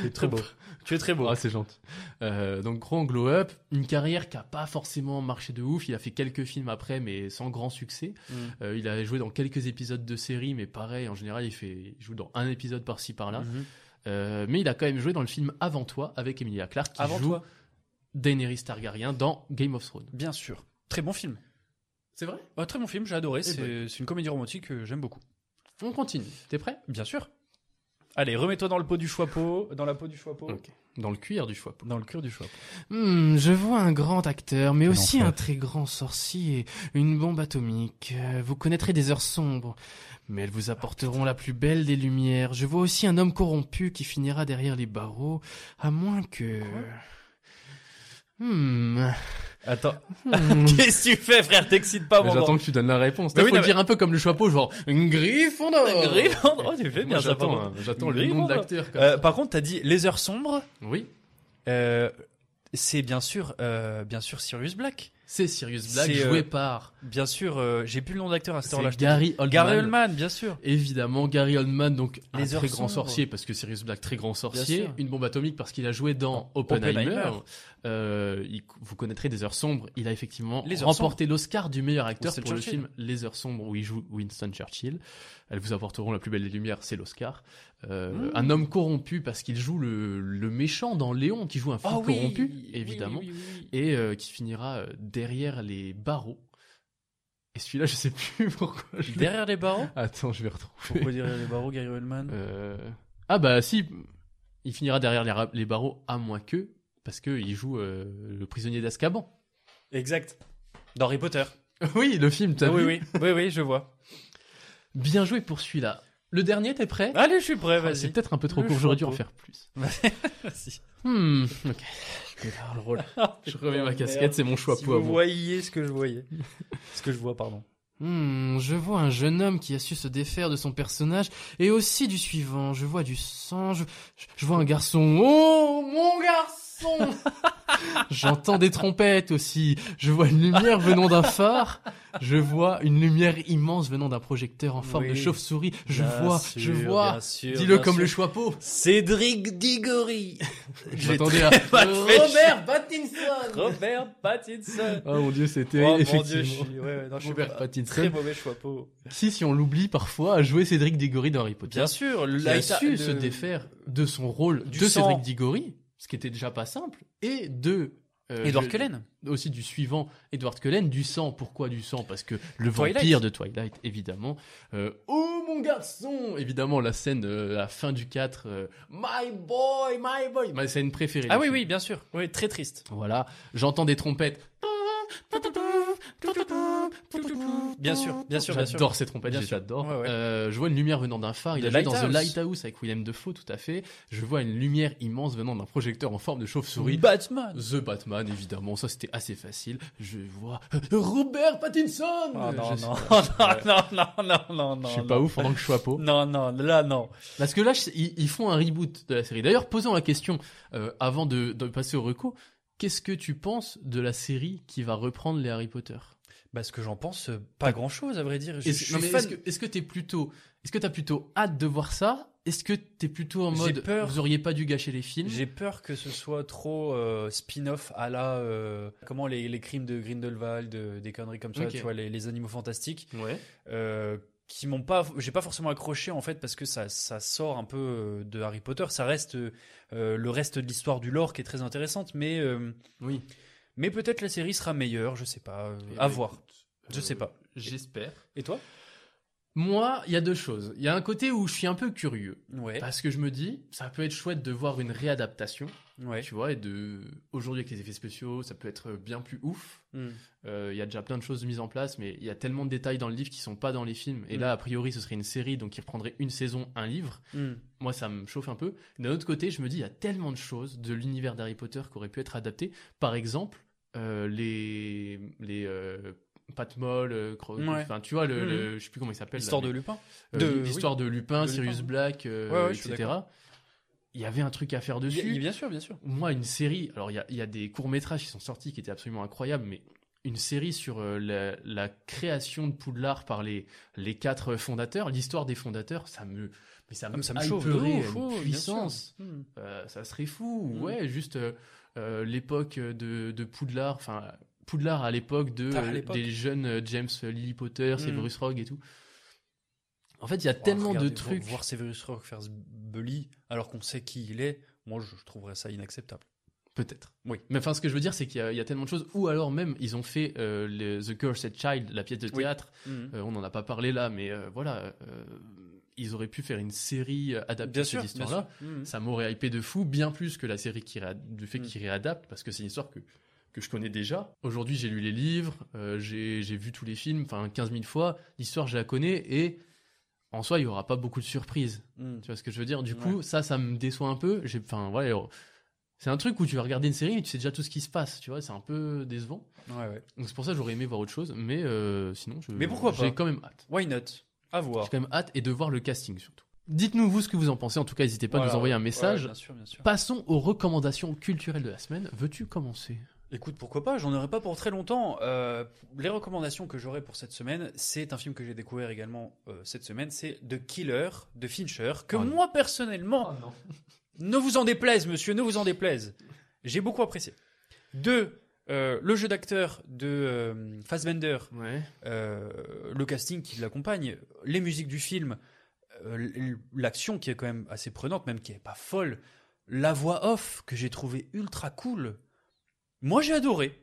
[SPEAKER 6] Tu es très beau. Tu es très beau.
[SPEAKER 5] Ah, c'est gentil. Euh, donc, gros glow-up, une carrière qui a pas forcément marché de ouf. Il a fait quelques films après, mais sans grand succès.
[SPEAKER 6] Mm.
[SPEAKER 5] Euh, il a joué dans quelques épisodes de séries, mais pareil, en général, il, fait, il joue dans un épisode par-ci par-là.
[SPEAKER 6] Mhm.
[SPEAKER 5] Euh, mais il a quand même joué dans le film Avant toi avec Emilia Clarke qui
[SPEAKER 6] Avant
[SPEAKER 5] joue
[SPEAKER 6] toi,
[SPEAKER 5] Daenerys Targaryen dans Game of Thrones.
[SPEAKER 6] bien sûr. Très bon film.
[SPEAKER 5] C'est vrai
[SPEAKER 6] Ouais, très bon film, j'ai adoré. C'est
[SPEAKER 5] ben.
[SPEAKER 6] c'est une comédie romantique que j'aime beaucoup.
[SPEAKER 5] On continue. T'es prêt
[SPEAKER 6] Bien sûr. Allez, remets-toi dans le pot du choix-pot, dans la peau du choix-pot,
[SPEAKER 5] Ok. Dans le cuir du choix.
[SPEAKER 6] dans le cœur du choix-pot.
[SPEAKER 5] Hmm, je vois un grand acteur, mais
[SPEAKER 6] Quel
[SPEAKER 5] aussi
[SPEAKER 6] enfer.
[SPEAKER 5] un très grand sorcier, une bombe atomique. Euh, Vous connaîtrez des heures sombres, mais elles vous apporteront la plus belle des lumières. Je vois aussi un homme corrompu qui finira derrière les barreaux, à moins que... Hmm.
[SPEAKER 6] Attends,
[SPEAKER 5] Hmm.
[SPEAKER 6] qu'est-ce que tu fais, frère T'excites pas,
[SPEAKER 5] Mais
[SPEAKER 6] mon grand.
[SPEAKER 5] que tu donnes la réponse.
[SPEAKER 6] Mais
[SPEAKER 5] T'as
[SPEAKER 6] oui,
[SPEAKER 5] faut
[SPEAKER 6] non,
[SPEAKER 5] le dire un peu comme le chapeau, genre une griffe
[SPEAKER 6] Gryffondor. Oh, tu fais bien ça, par
[SPEAKER 5] J'attends,
[SPEAKER 6] contre.
[SPEAKER 5] hein, j'attends le nom de
[SPEAKER 6] Gryffondor.
[SPEAKER 5] l'acteur. comme
[SPEAKER 6] Euh,
[SPEAKER 5] ça.
[SPEAKER 6] Par contre, t'as dit les heures sombres.
[SPEAKER 5] Oui,
[SPEAKER 6] euh, c'est bien sûr, euh, bien sûr Sirius Black.
[SPEAKER 5] C'est Sirius Black
[SPEAKER 6] C'est, euh,
[SPEAKER 5] joué par
[SPEAKER 6] Bien sûr, euh, j'ai plus le nom d'acteur à cette
[SPEAKER 5] C'est
[SPEAKER 6] heure-là. je te
[SPEAKER 5] Gary
[SPEAKER 6] dis.
[SPEAKER 5] Oldman.
[SPEAKER 6] Gary Oldman, bien sûr.
[SPEAKER 5] évidemment Gary Oldman, donc un
[SPEAKER 6] Les
[SPEAKER 5] très
[SPEAKER 6] heures
[SPEAKER 5] grand
[SPEAKER 6] sombres.
[SPEAKER 5] sorcier, parce que Sirius Black, très grand sorcier,
[SPEAKER 6] sûr.
[SPEAKER 5] une bombe atomique parce qu'il a joué dans
[SPEAKER 6] Oppenheimer.
[SPEAKER 5] Oppenheimer. Euh, il- vous connaîtrez Des Heures Sombres, il a effectivement
[SPEAKER 6] Les Heures
[SPEAKER 5] remporté l'Oscar du meilleur acteur
[SPEAKER 6] Winston
[SPEAKER 5] pour le
[SPEAKER 6] Churchill.
[SPEAKER 5] film Les Heures Sombres où il joue Winston Churchill. Elles vous apporteront la plus belle des lumières, c'est l'Oscar. Euh,
[SPEAKER 6] Mmh.
[SPEAKER 5] Un homme corrompu parce qu'il joue le, le méchant dans Léon, qui joue un fou
[SPEAKER 6] Ah oui,
[SPEAKER 5] corrompu,
[SPEAKER 6] oui,
[SPEAKER 5] évidemment
[SPEAKER 6] oui, oui, oui.
[SPEAKER 5] et euh, qui finira euh, derrière les barreaux. Et celui-là, je sais plus pourquoi. Je l'ai-
[SPEAKER 6] Derrière les barreaux
[SPEAKER 5] Attends, je vais retrouver.
[SPEAKER 6] Pourquoi derrière les barreaux, Gary Oldman
[SPEAKER 5] Euh, Ah bah si, il finira derrière les, ra- les barreaux à moins que parce que il joue euh, le prisonnier d'Azkaban.
[SPEAKER 6] Exact. Dans Harry Potter.
[SPEAKER 5] oui, le film. T'as
[SPEAKER 6] oui,
[SPEAKER 5] vu
[SPEAKER 6] oui, oui, oui, je vois.
[SPEAKER 5] Bien joué pour celui-là. Le dernier, t'es prêt
[SPEAKER 6] Allez, je suis prêt,
[SPEAKER 5] Ah,
[SPEAKER 6] vas-y.
[SPEAKER 5] C'est peut-être un peu trop
[SPEAKER 6] Le
[SPEAKER 5] court. J'aurais dû en
[SPEAKER 6] chapeau.
[SPEAKER 5] faire plus.
[SPEAKER 6] Ah, Vas-y.
[SPEAKER 5] Hmm. Ok. Putain, le rôle. Oh, Je remets ma casquette. C'est mon choix
[SPEAKER 6] Si
[SPEAKER 5] pour
[SPEAKER 6] vous voyiez ce que je voyais. ce que je vois, pardon.
[SPEAKER 5] Hmm, je vois un jeune homme qui a su se défaire de son personnage et aussi du suivant. Je vois du sang, je, je- je vois un garçon. Oh, mon garçon J'entends des trompettes aussi. Je vois une lumière venant d'un phare. Je vois une lumière immense venant d'un projecteur en forme de
[SPEAKER 6] Oui.
[SPEAKER 5] chauve-souris. Je
[SPEAKER 6] Bien
[SPEAKER 5] vois,
[SPEAKER 6] sûr,
[SPEAKER 5] je vois.
[SPEAKER 6] bien sûr,
[SPEAKER 5] Dis-le
[SPEAKER 6] bien
[SPEAKER 5] comme le
[SPEAKER 6] sûr.
[SPEAKER 5] choix peau.
[SPEAKER 6] Cédric Diggory. Je l'ai
[SPEAKER 5] J'attendais à
[SPEAKER 6] très mal fait.
[SPEAKER 5] Robert Pattinson.
[SPEAKER 6] Robert Pattinson.
[SPEAKER 5] Oh mon dieu, c'était
[SPEAKER 6] Oh mon
[SPEAKER 5] effectivement.
[SPEAKER 6] dieu, je suis, ouais, ouais, non, je suis
[SPEAKER 5] Robert
[SPEAKER 6] pas-
[SPEAKER 5] Pattinson.
[SPEAKER 6] Très mauvais choix, peau.
[SPEAKER 5] Qui, si on l'oublie parfois, a joué Cédric Diggory dans Harry Potter.
[SPEAKER 6] Bien sûr,
[SPEAKER 5] Il a su se défaire de son rôle
[SPEAKER 6] du
[SPEAKER 5] de
[SPEAKER 6] sang.
[SPEAKER 5] Cédric Diggory, ce qui était déjà pas simple, et de euh,
[SPEAKER 6] Edward
[SPEAKER 5] de-
[SPEAKER 6] Cullen.
[SPEAKER 5] aussi du suivant Edward Cullen, du sang. Pourquoi du sang Parce que le
[SPEAKER 6] Twilight.
[SPEAKER 5] vampire de Twilight, évidemment. Euh, oh mon garçon Évidemment, la scène, euh, la fin du 4, euh, My boy, my boy Ma scène préférée.
[SPEAKER 6] Ah
[SPEAKER 5] du
[SPEAKER 6] oui,
[SPEAKER 5] film.
[SPEAKER 6] oui, bien sûr. Oui, très triste.
[SPEAKER 5] Voilà, j'entends des trompettes.
[SPEAKER 6] Bien sûr, bien sûr, bien sûr.
[SPEAKER 5] J'adore ces trompettes,
[SPEAKER 6] Bien
[SPEAKER 5] je les
[SPEAKER 6] sûr.
[SPEAKER 5] adore.
[SPEAKER 6] Ouais, ouais.
[SPEAKER 5] Euh, je vois une lumière venant d'un phare. Il
[SPEAKER 6] The
[SPEAKER 5] a joué dans The
[SPEAKER 6] Lighthouse.
[SPEAKER 5] Lighthouse avec William Defoe, tout à fait. Je vois une lumière immense venant d'un projecteur en forme de chauve-souris.
[SPEAKER 6] Batman.
[SPEAKER 5] The Batman, évidemment, ça c'était assez facile. Je vois euh, Robert Pattinson.
[SPEAKER 6] Non, Ah, non,
[SPEAKER 5] je
[SPEAKER 6] non,
[SPEAKER 5] sais-
[SPEAKER 6] non, non, non, non, non.
[SPEAKER 5] Je suis pas
[SPEAKER 6] non.
[SPEAKER 5] ouf en tant que chapeau.
[SPEAKER 6] Non, non, là, non.
[SPEAKER 5] Parce que là, je- ils, ils font un reboot de la série. D'ailleurs, posons la question euh, avant de, de passer au recours. Qu'est-ce que tu penses de la série qui va reprendre les Harry Potter
[SPEAKER 6] Bah, ce que j'en pense, euh, pas grand chose, à vrai dire. Je, je
[SPEAKER 5] Est-ce
[SPEAKER 6] suis
[SPEAKER 5] non, mais
[SPEAKER 6] fan.
[SPEAKER 5] est-ce que est-ce que t'es plutôt, est-ce que t'as plutôt hâte de voir ça Est-ce que t'es plutôt en
[SPEAKER 6] J'ai
[SPEAKER 5] mode,
[SPEAKER 6] peur.
[SPEAKER 5] vous auriez pas dû gâcher les films
[SPEAKER 6] J'ai peur que ce soit trop euh, spin-off à la. euh, comment les, les crimes de Grindelwald, euh, des conneries comme ça,
[SPEAKER 5] Ok.
[SPEAKER 6] tu vois, les, les animaux fantastiques,
[SPEAKER 5] Ouais.
[SPEAKER 6] euh, qui m'ont pas. J'ai pas forcément accroché, en fait, parce que ça, ça sort un peu euh, de Harry Potter. Ça reste euh, le reste de l'histoire du lore qui est très intéressante, mais. euh,
[SPEAKER 5] Oui.
[SPEAKER 6] mais peut-être la série sera meilleure, je sais pas. euh,
[SPEAKER 5] Eh
[SPEAKER 6] à
[SPEAKER 5] ben,
[SPEAKER 6] voir.
[SPEAKER 5] écoute,
[SPEAKER 6] Je sais pas.
[SPEAKER 5] J'espère.
[SPEAKER 6] Et toi
[SPEAKER 5] Moi, il y a deux choses. Il y a un côté où je suis un peu curieux
[SPEAKER 6] Ouais.
[SPEAKER 5] parce que je me dis, ça peut être chouette de voir une réadaptation,
[SPEAKER 6] ouais.
[SPEAKER 5] tu vois, et de aujourd'hui avec les effets spéciaux, ça peut être bien plus ouf.
[SPEAKER 6] Hmm.
[SPEAKER 5] Euh, Il y a déjà plein de choses mises en place, mais il y a tellement de détails dans le livre qui sont pas dans les films. Et
[SPEAKER 6] Mm.
[SPEAKER 5] là, a priori, ce serait une série, donc qui reprendrait une saison, un livre.
[SPEAKER 6] Hmm.
[SPEAKER 5] moi ça me chauffe un peu. D'un autre côté, je me dis, il y a tellement de choses de l'univers d'Harry Potter qui auraient pu être adaptées. Par exemple, euh, les. les euh, Patmol, euh, Cro-
[SPEAKER 6] Ouais.
[SPEAKER 5] enfin tu vois le,
[SPEAKER 6] Mhm.
[SPEAKER 5] le- je sais plus comment il s'appelle là,
[SPEAKER 6] L'histoire
[SPEAKER 5] mais-
[SPEAKER 6] de Lupin.
[SPEAKER 5] euh,
[SPEAKER 6] de- oui.
[SPEAKER 5] l'histoire de Lupin,
[SPEAKER 6] De
[SPEAKER 5] Sirius
[SPEAKER 6] Lupin.
[SPEAKER 5] Black, euh,
[SPEAKER 6] Ouais, ouais, je suis
[SPEAKER 5] etc. Il y avait un truc à faire dessus.
[SPEAKER 6] Bien- Bien sûr, bien sûr.
[SPEAKER 5] Moi, une série, alors il y a, il y a des courts-métrages qui sont sortis qui étaient absolument incroyables, mais une série sur euh, la, la création de Poudlard par les, les quatre fondateurs, l'histoire des fondateurs, ça me, mais ça me,
[SPEAKER 6] Ah, mais chauffe de
[SPEAKER 5] hyperait
[SPEAKER 6] ouf,
[SPEAKER 5] à
[SPEAKER 6] oh,
[SPEAKER 5] une
[SPEAKER 6] bien sûr.
[SPEAKER 5] puissance.
[SPEAKER 6] Hmm.
[SPEAKER 5] Euh, ça serait fou,
[SPEAKER 6] Mm.
[SPEAKER 5] ouais, juste euh, euh, l'époque de, de Poudlard, enfin Poudlard à l'époque de
[SPEAKER 6] Ah, à
[SPEAKER 5] euh,
[SPEAKER 6] l'époque. Mm.
[SPEAKER 5] des jeunes euh, James Lily Potter, Severus Rogue et tout. En fait, il y a
[SPEAKER 6] Oh,
[SPEAKER 5] tellement
[SPEAKER 6] regardez,
[SPEAKER 5] de
[SPEAKER 6] vo-
[SPEAKER 5] trucs.
[SPEAKER 6] Voir Severus Rogue faire ce Bully alors qu'on sait qui il est, moi je je trouverais ça inacceptable.
[SPEAKER 5] Peut-être.
[SPEAKER 6] Oui.
[SPEAKER 5] Mais enfin, ce que je veux dire, c'est qu'il y, a- il y a tellement de choses. Ou alors même, ils ont fait euh, le- The Cursed Child, la pièce de
[SPEAKER 6] Oui.
[SPEAKER 5] théâtre.
[SPEAKER 6] Hmm.
[SPEAKER 5] Euh, on n'en a pas parlé là, mais euh, voilà, euh, ils auraient pu faire une série euh,
[SPEAKER 6] Bien
[SPEAKER 5] adaptée à cette
[SPEAKER 6] sûr, bien
[SPEAKER 5] histoire-là.
[SPEAKER 6] sûr. Mhm.
[SPEAKER 5] Ça m'aurait hypé de fou, bien plus que la série qui réa- du fait
[SPEAKER 6] Mm.
[SPEAKER 5] qu'ils réadaptent, parce que c'est une histoire que, que je connais déjà. Aujourd'hui, j'ai lu les livres, euh, j'ai j'ai vu tous les films, enfin 15 000 fois. L'histoire, je la connais et en soi, il n'y aura pas beaucoup de surprises.
[SPEAKER 6] Mhm.
[SPEAKER 5] Tu vois ce que je veux dire Du coup, ça, ça me déçoit un peu. J'ai, enfin, voilà, euh, c'est un truc où tu vas regarder une série et tu sais déjà tout ce qui se passe. Tu vois, c'est un peu décevant.
[SPEAKER 6] Ouais, ouais.
[SPEAKER 5] Donc c'est pour ça que j'aurais aimé voir autre chose, mais euh, sinon, je,
[SPEAKER 6] Mais pourquoi pas
[SPEAKER 5] J'ai quand même hâte.
[SPEAKER 6] Why not À voir.
[SPEAKER 5] J'ai quand même hâte et de voir le casting surtout. Dites-nous vous ce que vous en pensez. En tout cas, n'hésitez pas à
[SPEAKER 6] Voilà,
[SPEAKER 5] nous envoyer un
[SPEAKER 6] ouais,
[SPEAKER 5] message.
[SPEAKER 6] bien sûr, bien sûr.
[SPEAKER 5] Passons aux recommandations culturelles de la semaine. Veux-tu commencer
[SPEAKER 6] Écoute, pourquoi pas, j'en aurai pas pour très longtemps. Euh, les recommandations que j'aurai pour cette semaine, c'est un film que j'ai découvert également euh, cette semaine, c'est The Killer de Fincher, que
[SPEAKER 5] Oh non.
[SPEAKER 6] moi personnellement, ne vous en déplaise, monsieur, ne vous en déplaise, j'ai beaucoup apprécié. Deux, euh, le jeu d'acteur de euh, Fassbender,
[SPEAKER 5] Ouais.
[SPEAKER 6] euh, le casting qui l'accompagne, les musiques du film, euh, l- l'action qui est quand même assez prenante, même qui est pas folle, la voix off que j'ai trouvé ultra cool. Moi j'ai adoré.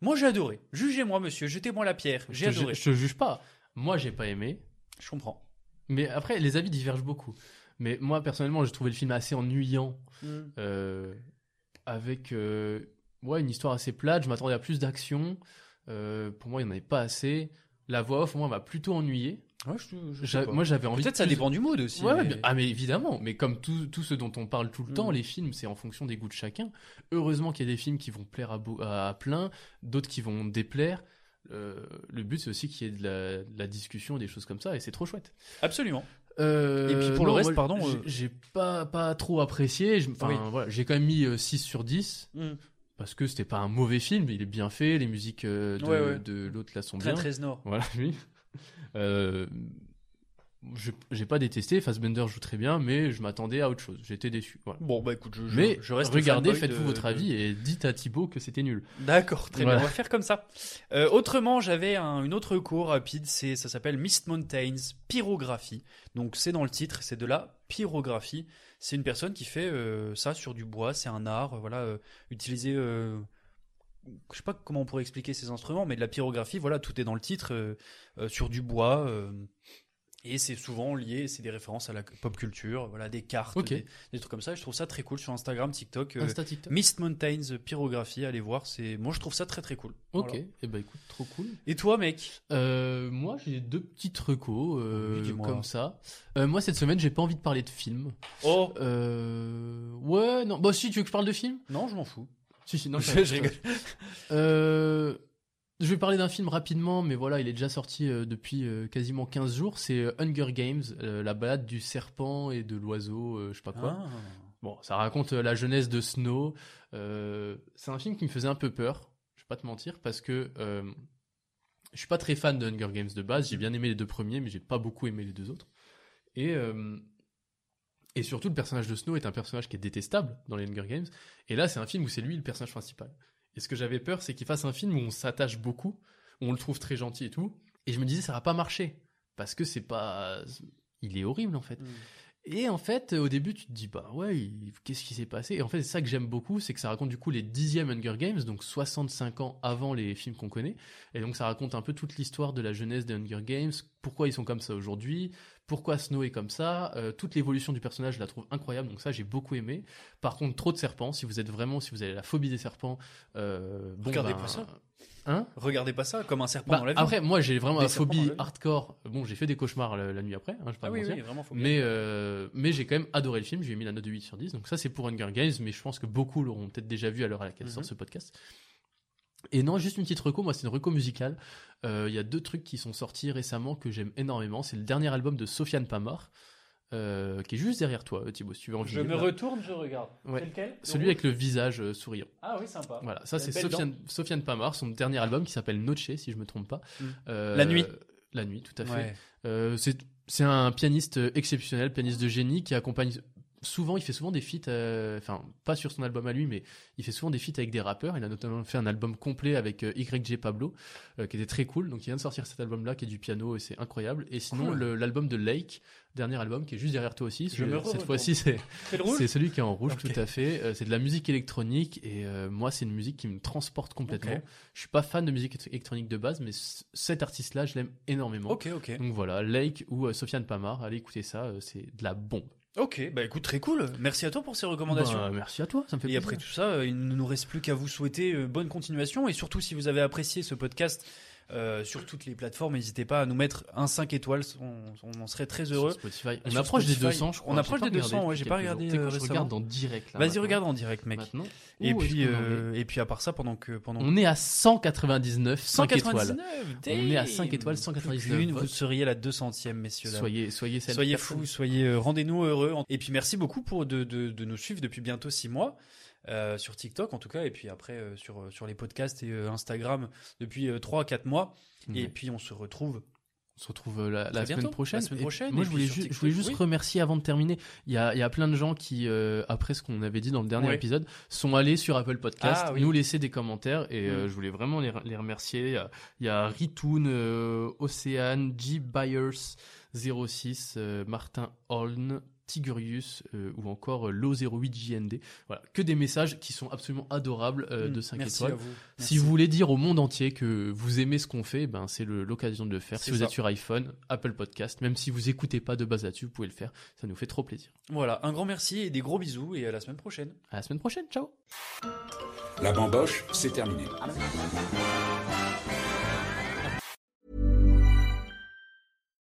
[SPEAKER 6] Moi j'ai adoré. Jugez-moi monsieur, jetez-moi la pierre. J'ai
[SPEAKER 5] Je te ju-
[SPEAKER 6] adoré.
[SPEAKER 5] Je te juge pas. Moi, j'ai pas aimé.
[SPEAKER 6] Je comprends.
[SPEAKER 5] Mais après, les avis divergent beaucoup. Mais moi, personnellement, j'ai trouvé le film assez ennuyant. euh, avec euh, ouais, une histoire assez plate. Je m'attendais à plus d'action. Euh, pour moi, il n'y en avait pas assez. La voix off, moi, m'a plutôt ennuyé.
[SPEAKER 6] Ouais, je- je sais
[SPEAKER 5] J'a-
[SPEAKER 6] pas.
[SPEAKER 5] Moi, j'avais envie.
[SPEAKER 6] Peut-être
[SPEAKER 5] de
[SPEAKER 6] ça
[SPEAKER 5] plus-
[SPEAKER 6] dépend du mood aussi.
[SPEAKER 5] Ouais, ouais,
[SPEAKER 6] mais-
[SPEAKER 5] bien- Ah, mais évidemment. Mais comme tout, tout ce dont on parle tout le
[SPEAKER 6] Mm.
[SPEAKER 5] temps, les films, c'est en fonction des goûts de chacun. Heureusement qu'il y a des films qui vont plaire à, beau- à plein, d'autres qui vont déplaire. Euh, le but, c'est aussi qu'il y ait de la, de la discussion et des choses comme ça, et c'est trop chouette.
[SPEAKER 6] Absolument.
[SPEAKER 5] Euh,
[SPEAKER 6] Et puis pour le reste,
[SPEAKER 5] moi,
[SPEAKER 6] pardon,
[SPEAKER 5] j'ai-
[SPEAKER 6] euh,
[SPEAKER 5] J'ai pas, pas trop apprécié. Je- enfin,
[SPEAKER 6] Oui.
[SPEAKER 5] voilà, J'ai quand même mis euh, 6 sur 10
[SPEAKER 6] Mm.
[SPEAKER 5] parce que c'était pas un mauvais film. Il est bien fait, les musiques euh, de,
[SPEAKER 6] Ouais, ouais.
[SPEAKER 5] de l'autre là sont
[SPEAKER 6] Très
[SPEAKER 5] bien.
[SPEAKER 6] très snore.
[SPEAKER 5] Voilà, oui. Euh, je- j'ai pas détesté. Fassbender joue très bien, mais je m'attendais à autre chose. J'étais déçu. Voilà.
[SPEAKER 6] Bon bah écoute, je, je-
[SPEAKER 5] mais
[SPEAKER 6] je reste fanboy
[SPEAKER 5] regardez,
[SPEAKER 6] de-
[SPEAKER 5] faites-vous votre
[SPEAKER 6] de-
[SPEAKER 5] avis et dites à Thibaut que c'était nul.
[SPEAKER 6] D'accord, très
[SPEAKER 5] Voilà.
[SPEAKER 6] bien. On va faire comme ça. Euh, autrement, j'avais un- une autre cours rapide. C'est ça s'appelle Mist Mountains pyrographie. Donc c'est dans le titre, c'est de la pyrographie. C'est une personne qui fait euh, ça sur du bois. C'est un art, euh, voilà, euh, utilisé. euh, je sais pas comment on pourrait expliquer ces instruments, mais de la pyrographie, voilà, tout est dans le titre, euh, euh, sur du bois. euh, et c'est souvent lié, c'est des références à la pop culture, voilà, des cartes,
[SPEAKER 5] Ok.
[SPEAKER 6] des, des trucs comme ça. Et Je trouve ça très cool sur Instagram, TikTok. euh,
[SPEAKER 5] Insta TikTok.
[SPEAKER 6] Mist Mountains Pyrographie, allez voir, c'est moi je trouve ça très très cool.
[SPEAKER 5] Ok,
[SPEAKER 6] Voilà.
[SPEAKER 5] et bah écoute, trop cool.
[SPEAKER 6] Et toi mec
[SPEAKER 5] Euh, moi, j'ai deux petites recos euh,
[SPEAKER 6] Oui, dis-moi.
[SPEAKER 5] comme ça. Euh, moi, cette semaine, j'ai pas envie de parler de films.
[SPEAKER 6] Oh
[SPEAKER 5] Euh, ouais, non. Bah si, tu veux que je parle de films
[SPEAKER 6] non, je m'en fous.
[SPEAKER 5] Si, si, non.
[SPEAKER 6] Je- je rigole.
[SPEAKER 5] Euh, je vais parler d'un film rapidement, mais voilà, il est déjà sorti euh, depuis euh, quasiment 15 jours. C'est euh, Hunger Games, euh, la balade du serpent et de l'oiseau, euh, je sais pas quoi.
[SPEAKER 6] Ah.
[SPEAKER 5] Bon, ça raconte euh, la jeunesse de Snow. Euh, c'est un film qui me faisait un peu peur, je vais pas te mentir, parce que euh, je suis pas très fan de Hunger Games de base. J'ai bien aimé les deux premiers, mais j'ai pas beaucoup aimé les deux autres. Et, euh, et surtout, le personnage de Snow est un personnage qui est détestable dans les Hunger Games. Et là, c'est un film où c'est lui le personnage principal. Et ce que j'avais peur, c'est qu'il fasse un film où on s'attache beaucoup, où on le trouve très gentil et tout. Et je me disais, ça va pas marcher. Parce que c'est pas. Il est horrible, en fait.
[SPEAKER 6] Mm.
[SPEAKER 5] Et en fait, au début, tu te dis, bah ouais, il- qu'est-ce qui s'est passé Et en fait, c'est ça que j'aime beaucoup, c'est que ça raconte du coup les dixièmes Hunger Games, donc 65 ans avant les films qu'on connaît. Et donc, ça raconte un peu toute l'histoire de la jeunesse des Hunger Games, pourquoi ils sont comme ça aujourd'hui, pourquoi Snow est comme ça, euh, toute l'évolution du personnage, je la trouve incroyable, donc ça, j'ai beaucoup aimé. Par contre, trop de serpents, si vous êtes vraiment, si vous avez la phobie des serpents, euh, bon,
[SPEAKER 6] Regardez
[SPEAKER 5] ben,
[SPEAKER 6] pas ça.
[SPEAKER 5] Hein
[SPEAKER 6] Regardez pas ça comme un serpent
[SPEAKER 5] Bah,
[SPEAKER 6] dans la vie. hein.
[SPEAKER 5] après, moi, j'ai vraiment
[SPEAKER 6] Des
[SPEAKER 5] la
[SPEAKER 6] serpents dans
[SPEAKER 5] phobie
[SPEAKER 6] la vie.
[SPEAKER 5] hardcore. Bon, j'ai fait des cauchemars la, la nuit après, hein, je vais pas
[SPEAKER 6] ah
[SPEAKER 5] te
[SPEAKER 6] oui,
[SPEAKER 5] mentir.
[SPEAKER 6] oui, vraiment faut bien.
[SPEAKER 5] Mais, euh, mais j'ai quand même adoré le film, je lui ai mis la note de 8 sur 10. Donc ça c'est pour Hunger Games, mais je pense que beaucoup l'auront peut-être déjà vu à l'heure à laquelle sort
[SPEAKER 6] Mhm.
[SPEAKER 5] ce podcast. Et non, juste une petite reco, moi c'est une reco musicale. Euh, Il y a deux trucs qui sont sortis récemment que j'aime énormément. C'est le dernier album de Sofiane Pamar, euh, qui est juste derrière toi euh, Thibaut, si tu veux en
[SPEAKER 6] Je
[SPEAKER 5] vinyle,
[SPEAKER 6] me
[SPEAKER 5] là.
[SPEAKER 6] retourne, je regarde.
[SPEAKER 5] Ouais.
[SPEAKER 6] C'est lequel
[SPEAKER 5] Celui avec le visage euh, souriant.
[SPEAKER 6] Ah oui, sympa.
[SPEAKER 5] Voilà, ça
[SPEAKER 6] Il y a une
[SPEAKER 5] c'est
[SPEAKER 6] belle
[SPEAKER 5] Sofiane, Sofiane Pamar, son dernier album qui s'appelle Noche, si je me trompe pas.
[SPEAKER 6] Mm.
[SPEAKER 5] Euh,
[SPEAKER 6] La Nuit.
[SPEAKER 5] La nuit, tout à fait.
[SPEAKER 6] Ouais.
[SPEAKER 5] Euh, c'est c'est un pianiste exceptionnel, pianiste de génie qui accompagne souvent, il fait souvent des feats, euh, enfin pas sur son album à lui, mais il fait souvent des feats avec des rappeurs. Il a notamment fait un album complet avec euh, YG Pablo, euh, qui était très cool. Donc il vient de sortir cet album-là qui est du piano et c'est incroyable. Et sinon
[SPEAKER 6] Cool.
[SPEAKER 5] le- l'album de Lake, dernier album qui est juste derrière toi aussi.
[SPEAKER 6] Je me
[SPEAKER 5] celui-
[SPEAKER 6] re-retourne.
[SPEAKER 5] cette fois-ci c'est
[SPEAKER 6] C'est le rouge
[SPEAKER 5] c'est celui qui est en rouge,
[SPEAKER 6] Ok.
[SPEAKER 5] tout à fait. Euh, c'est de la musique électronique et euh, moi, c'est une musique qui me transporte complètement.
[SPEAKER 6] Ok.
[SPEAKER 5] Je suis pas fan de musique électro- électronique de base, mais c- cet artiste-là, je l'aime énormément.
[SPEAKER 6] Ok, ok.
[SPEAKER 5] Donc voilà, Lake ou euh, Sofiane Pamar, allez écouter ça, euh, c'est de la bombe.
[SPEAKER 6] Ok, bah écoute, très cool. Merci à toi pour ces recommandations.
[SPEAKER 5] Bah, merci à toi, ça me fait
[SPEAKER 6] Et
[SPEAKER 5] plaisir.
[SPEAKER 6] après tout ça, euh, il ne nous reste plus qu'à vous souhaiter euh, bonne continuation. Et surtout, si vous avez apprécié ce podcast euh, sur toutes les plateformes, n'hésitez pas à nous mettre un 5 étoiles. On, on en serait très
[SPEAKER 5] Sur
[SPEAKER 6] heureux.
[SPEAKER 5] Spotify. On
[SPEAKER 6] Sur
[SPEAKER 5] approche
[SPEAKER 6] Spotify.
[SPEAKER 5] des 200, je crois.
[SPEAKER 6] On
[SPEAKER 5] J'ai
[SPEAKER 6] approche
[SPEAKER 5] pas
[SPEAKER 6] des 200,
[SPEAKER 5] regardé
[SPEAKER 6] ouais, j'ai
[SPEAKER 5] depuis
[SPEAKER 6] pas
[SPEAKER 5] quelques
[SPEAKER 6] regardé,
[SPEAKER 5] jours. Tu sais,
[SPEAKER 6] euh,
[SPEAKER 5] quand je
[SPEAKER 6] récemment.
[SPEAKER 5] regarde en direct. là,
[SPEAKER 6] Vas-y,
[SPEAKER 5] maintenant.
[SPEAKER 6] regarde en direct, mec.
[SPEAKER 5] Maintenant.
[SPEAKER 6] Et
[SPEAKER 5] Où est-ce
[SPEAKER 6] puis,
[SPEAKER 5] qu'on en est
[SPEAKER 6] euh, et puis à part ça, pendant que pendant
[SPEAKER 5] On est à 199, 5 étoiles. On est à
[SPEAKER 6] damn.
[SPEAKER 5] cinq étoiles, 199
[SPEAKER 6] Plus qu'une,
[SPEAKER 5] votes.
[SPEAKER 6] vous seriez la 200e, messieurs. dames.
[SPEAKER 5] Soyez, soyez celle
[SPEAKER 6] soyez fous, soyez euh, rendez-nous heureux. Et puis merci beaucoup pour de, de- de nous suivre depuis bientôt 6 mois. euh, sur TikTok en tout cas, et puis après euh, sur, euh, sur les podcasts et euh, Instagram depuis 3-4 mois. Et
[SPEAKER 5] Ouais.
[SPEAKER 6] puis on se retrouve.
[SPEAKER 5] On se retrouve euh, la, la
[SPEAKER 6] Très
[SPEAKER 5] semaine
[SPEAKER 6] bientôt,
[SPEAKER 5] prochaine.
[SPEAKER 6] la semaine
[SPEAKER 5] Et
[SPEAKER 6] prochaine,
[SPEAKER 5] moi,
[SPEAKER 6] et
[SPEAKER 5] je
[SPEAKER 6] puis
[SPEAKER 5] voulais,
[SPEAKER 6] sur
[SPEAKER 5] ju- je
[SPEAKER 6] TikTok,
[SPEAKER 5] voulais juste
[SPEAKER 6] oui.
[SPEAKER 5] remercier avant de terminer. Il y a, il y a plein de gens qui, euh, après ce qu'on avait dit dans le dernier
[SPEAKER 6] Ouais.
[SPEAKER 5] épisode, sont allés sur Apple Podcast,
[SPEAKER 6] Ah, oui.
[SPEAKER 5] nous laisser des commentaires. Et euh,
[SPEAKER 6] Mm.
[SPEAKER 5] je voulais vraiment les, les remercier. Il y a, il y a Ritoun, euh, Océane, G. Byers06, euh, Martin Holn. Tigurius euh, ou encore l'O08JND. Voilà, que des messages qui sont absolument adorables euh, de
[SPEAKER 6] Mm,
[SPEAKER 5] 5
[SPEAKER 6] merci
[SPEAKER 5] étoiles.
[SPEAKER 6] à vous.
[SPEAKER 5] Si
[SPEAKER 6] Merci.
[SPEAKER 5] vous voulez dire au monde entier que vous aimez ce qu'on fait, ben c'est le- l'occasion de le faire.
[SPEAKER 6] C'est
[SPEAKER 5] Si vous
[SPEAKER 6] ça.
[SPEAKER 5] êtes sur iPhone, Apple Podcast, même si vous écoutez pas de base là-dessus, vous pouvez le faire. Ça nous fait trop plaisir.
[SPEAKER 6] Voilà, un grand merci et des gros bisous et à la semaine prochaine.
[SPEAKER 5] À la semaine prochaine, ciao.
[SPEAKER 3] La bamboche, c'est terminé.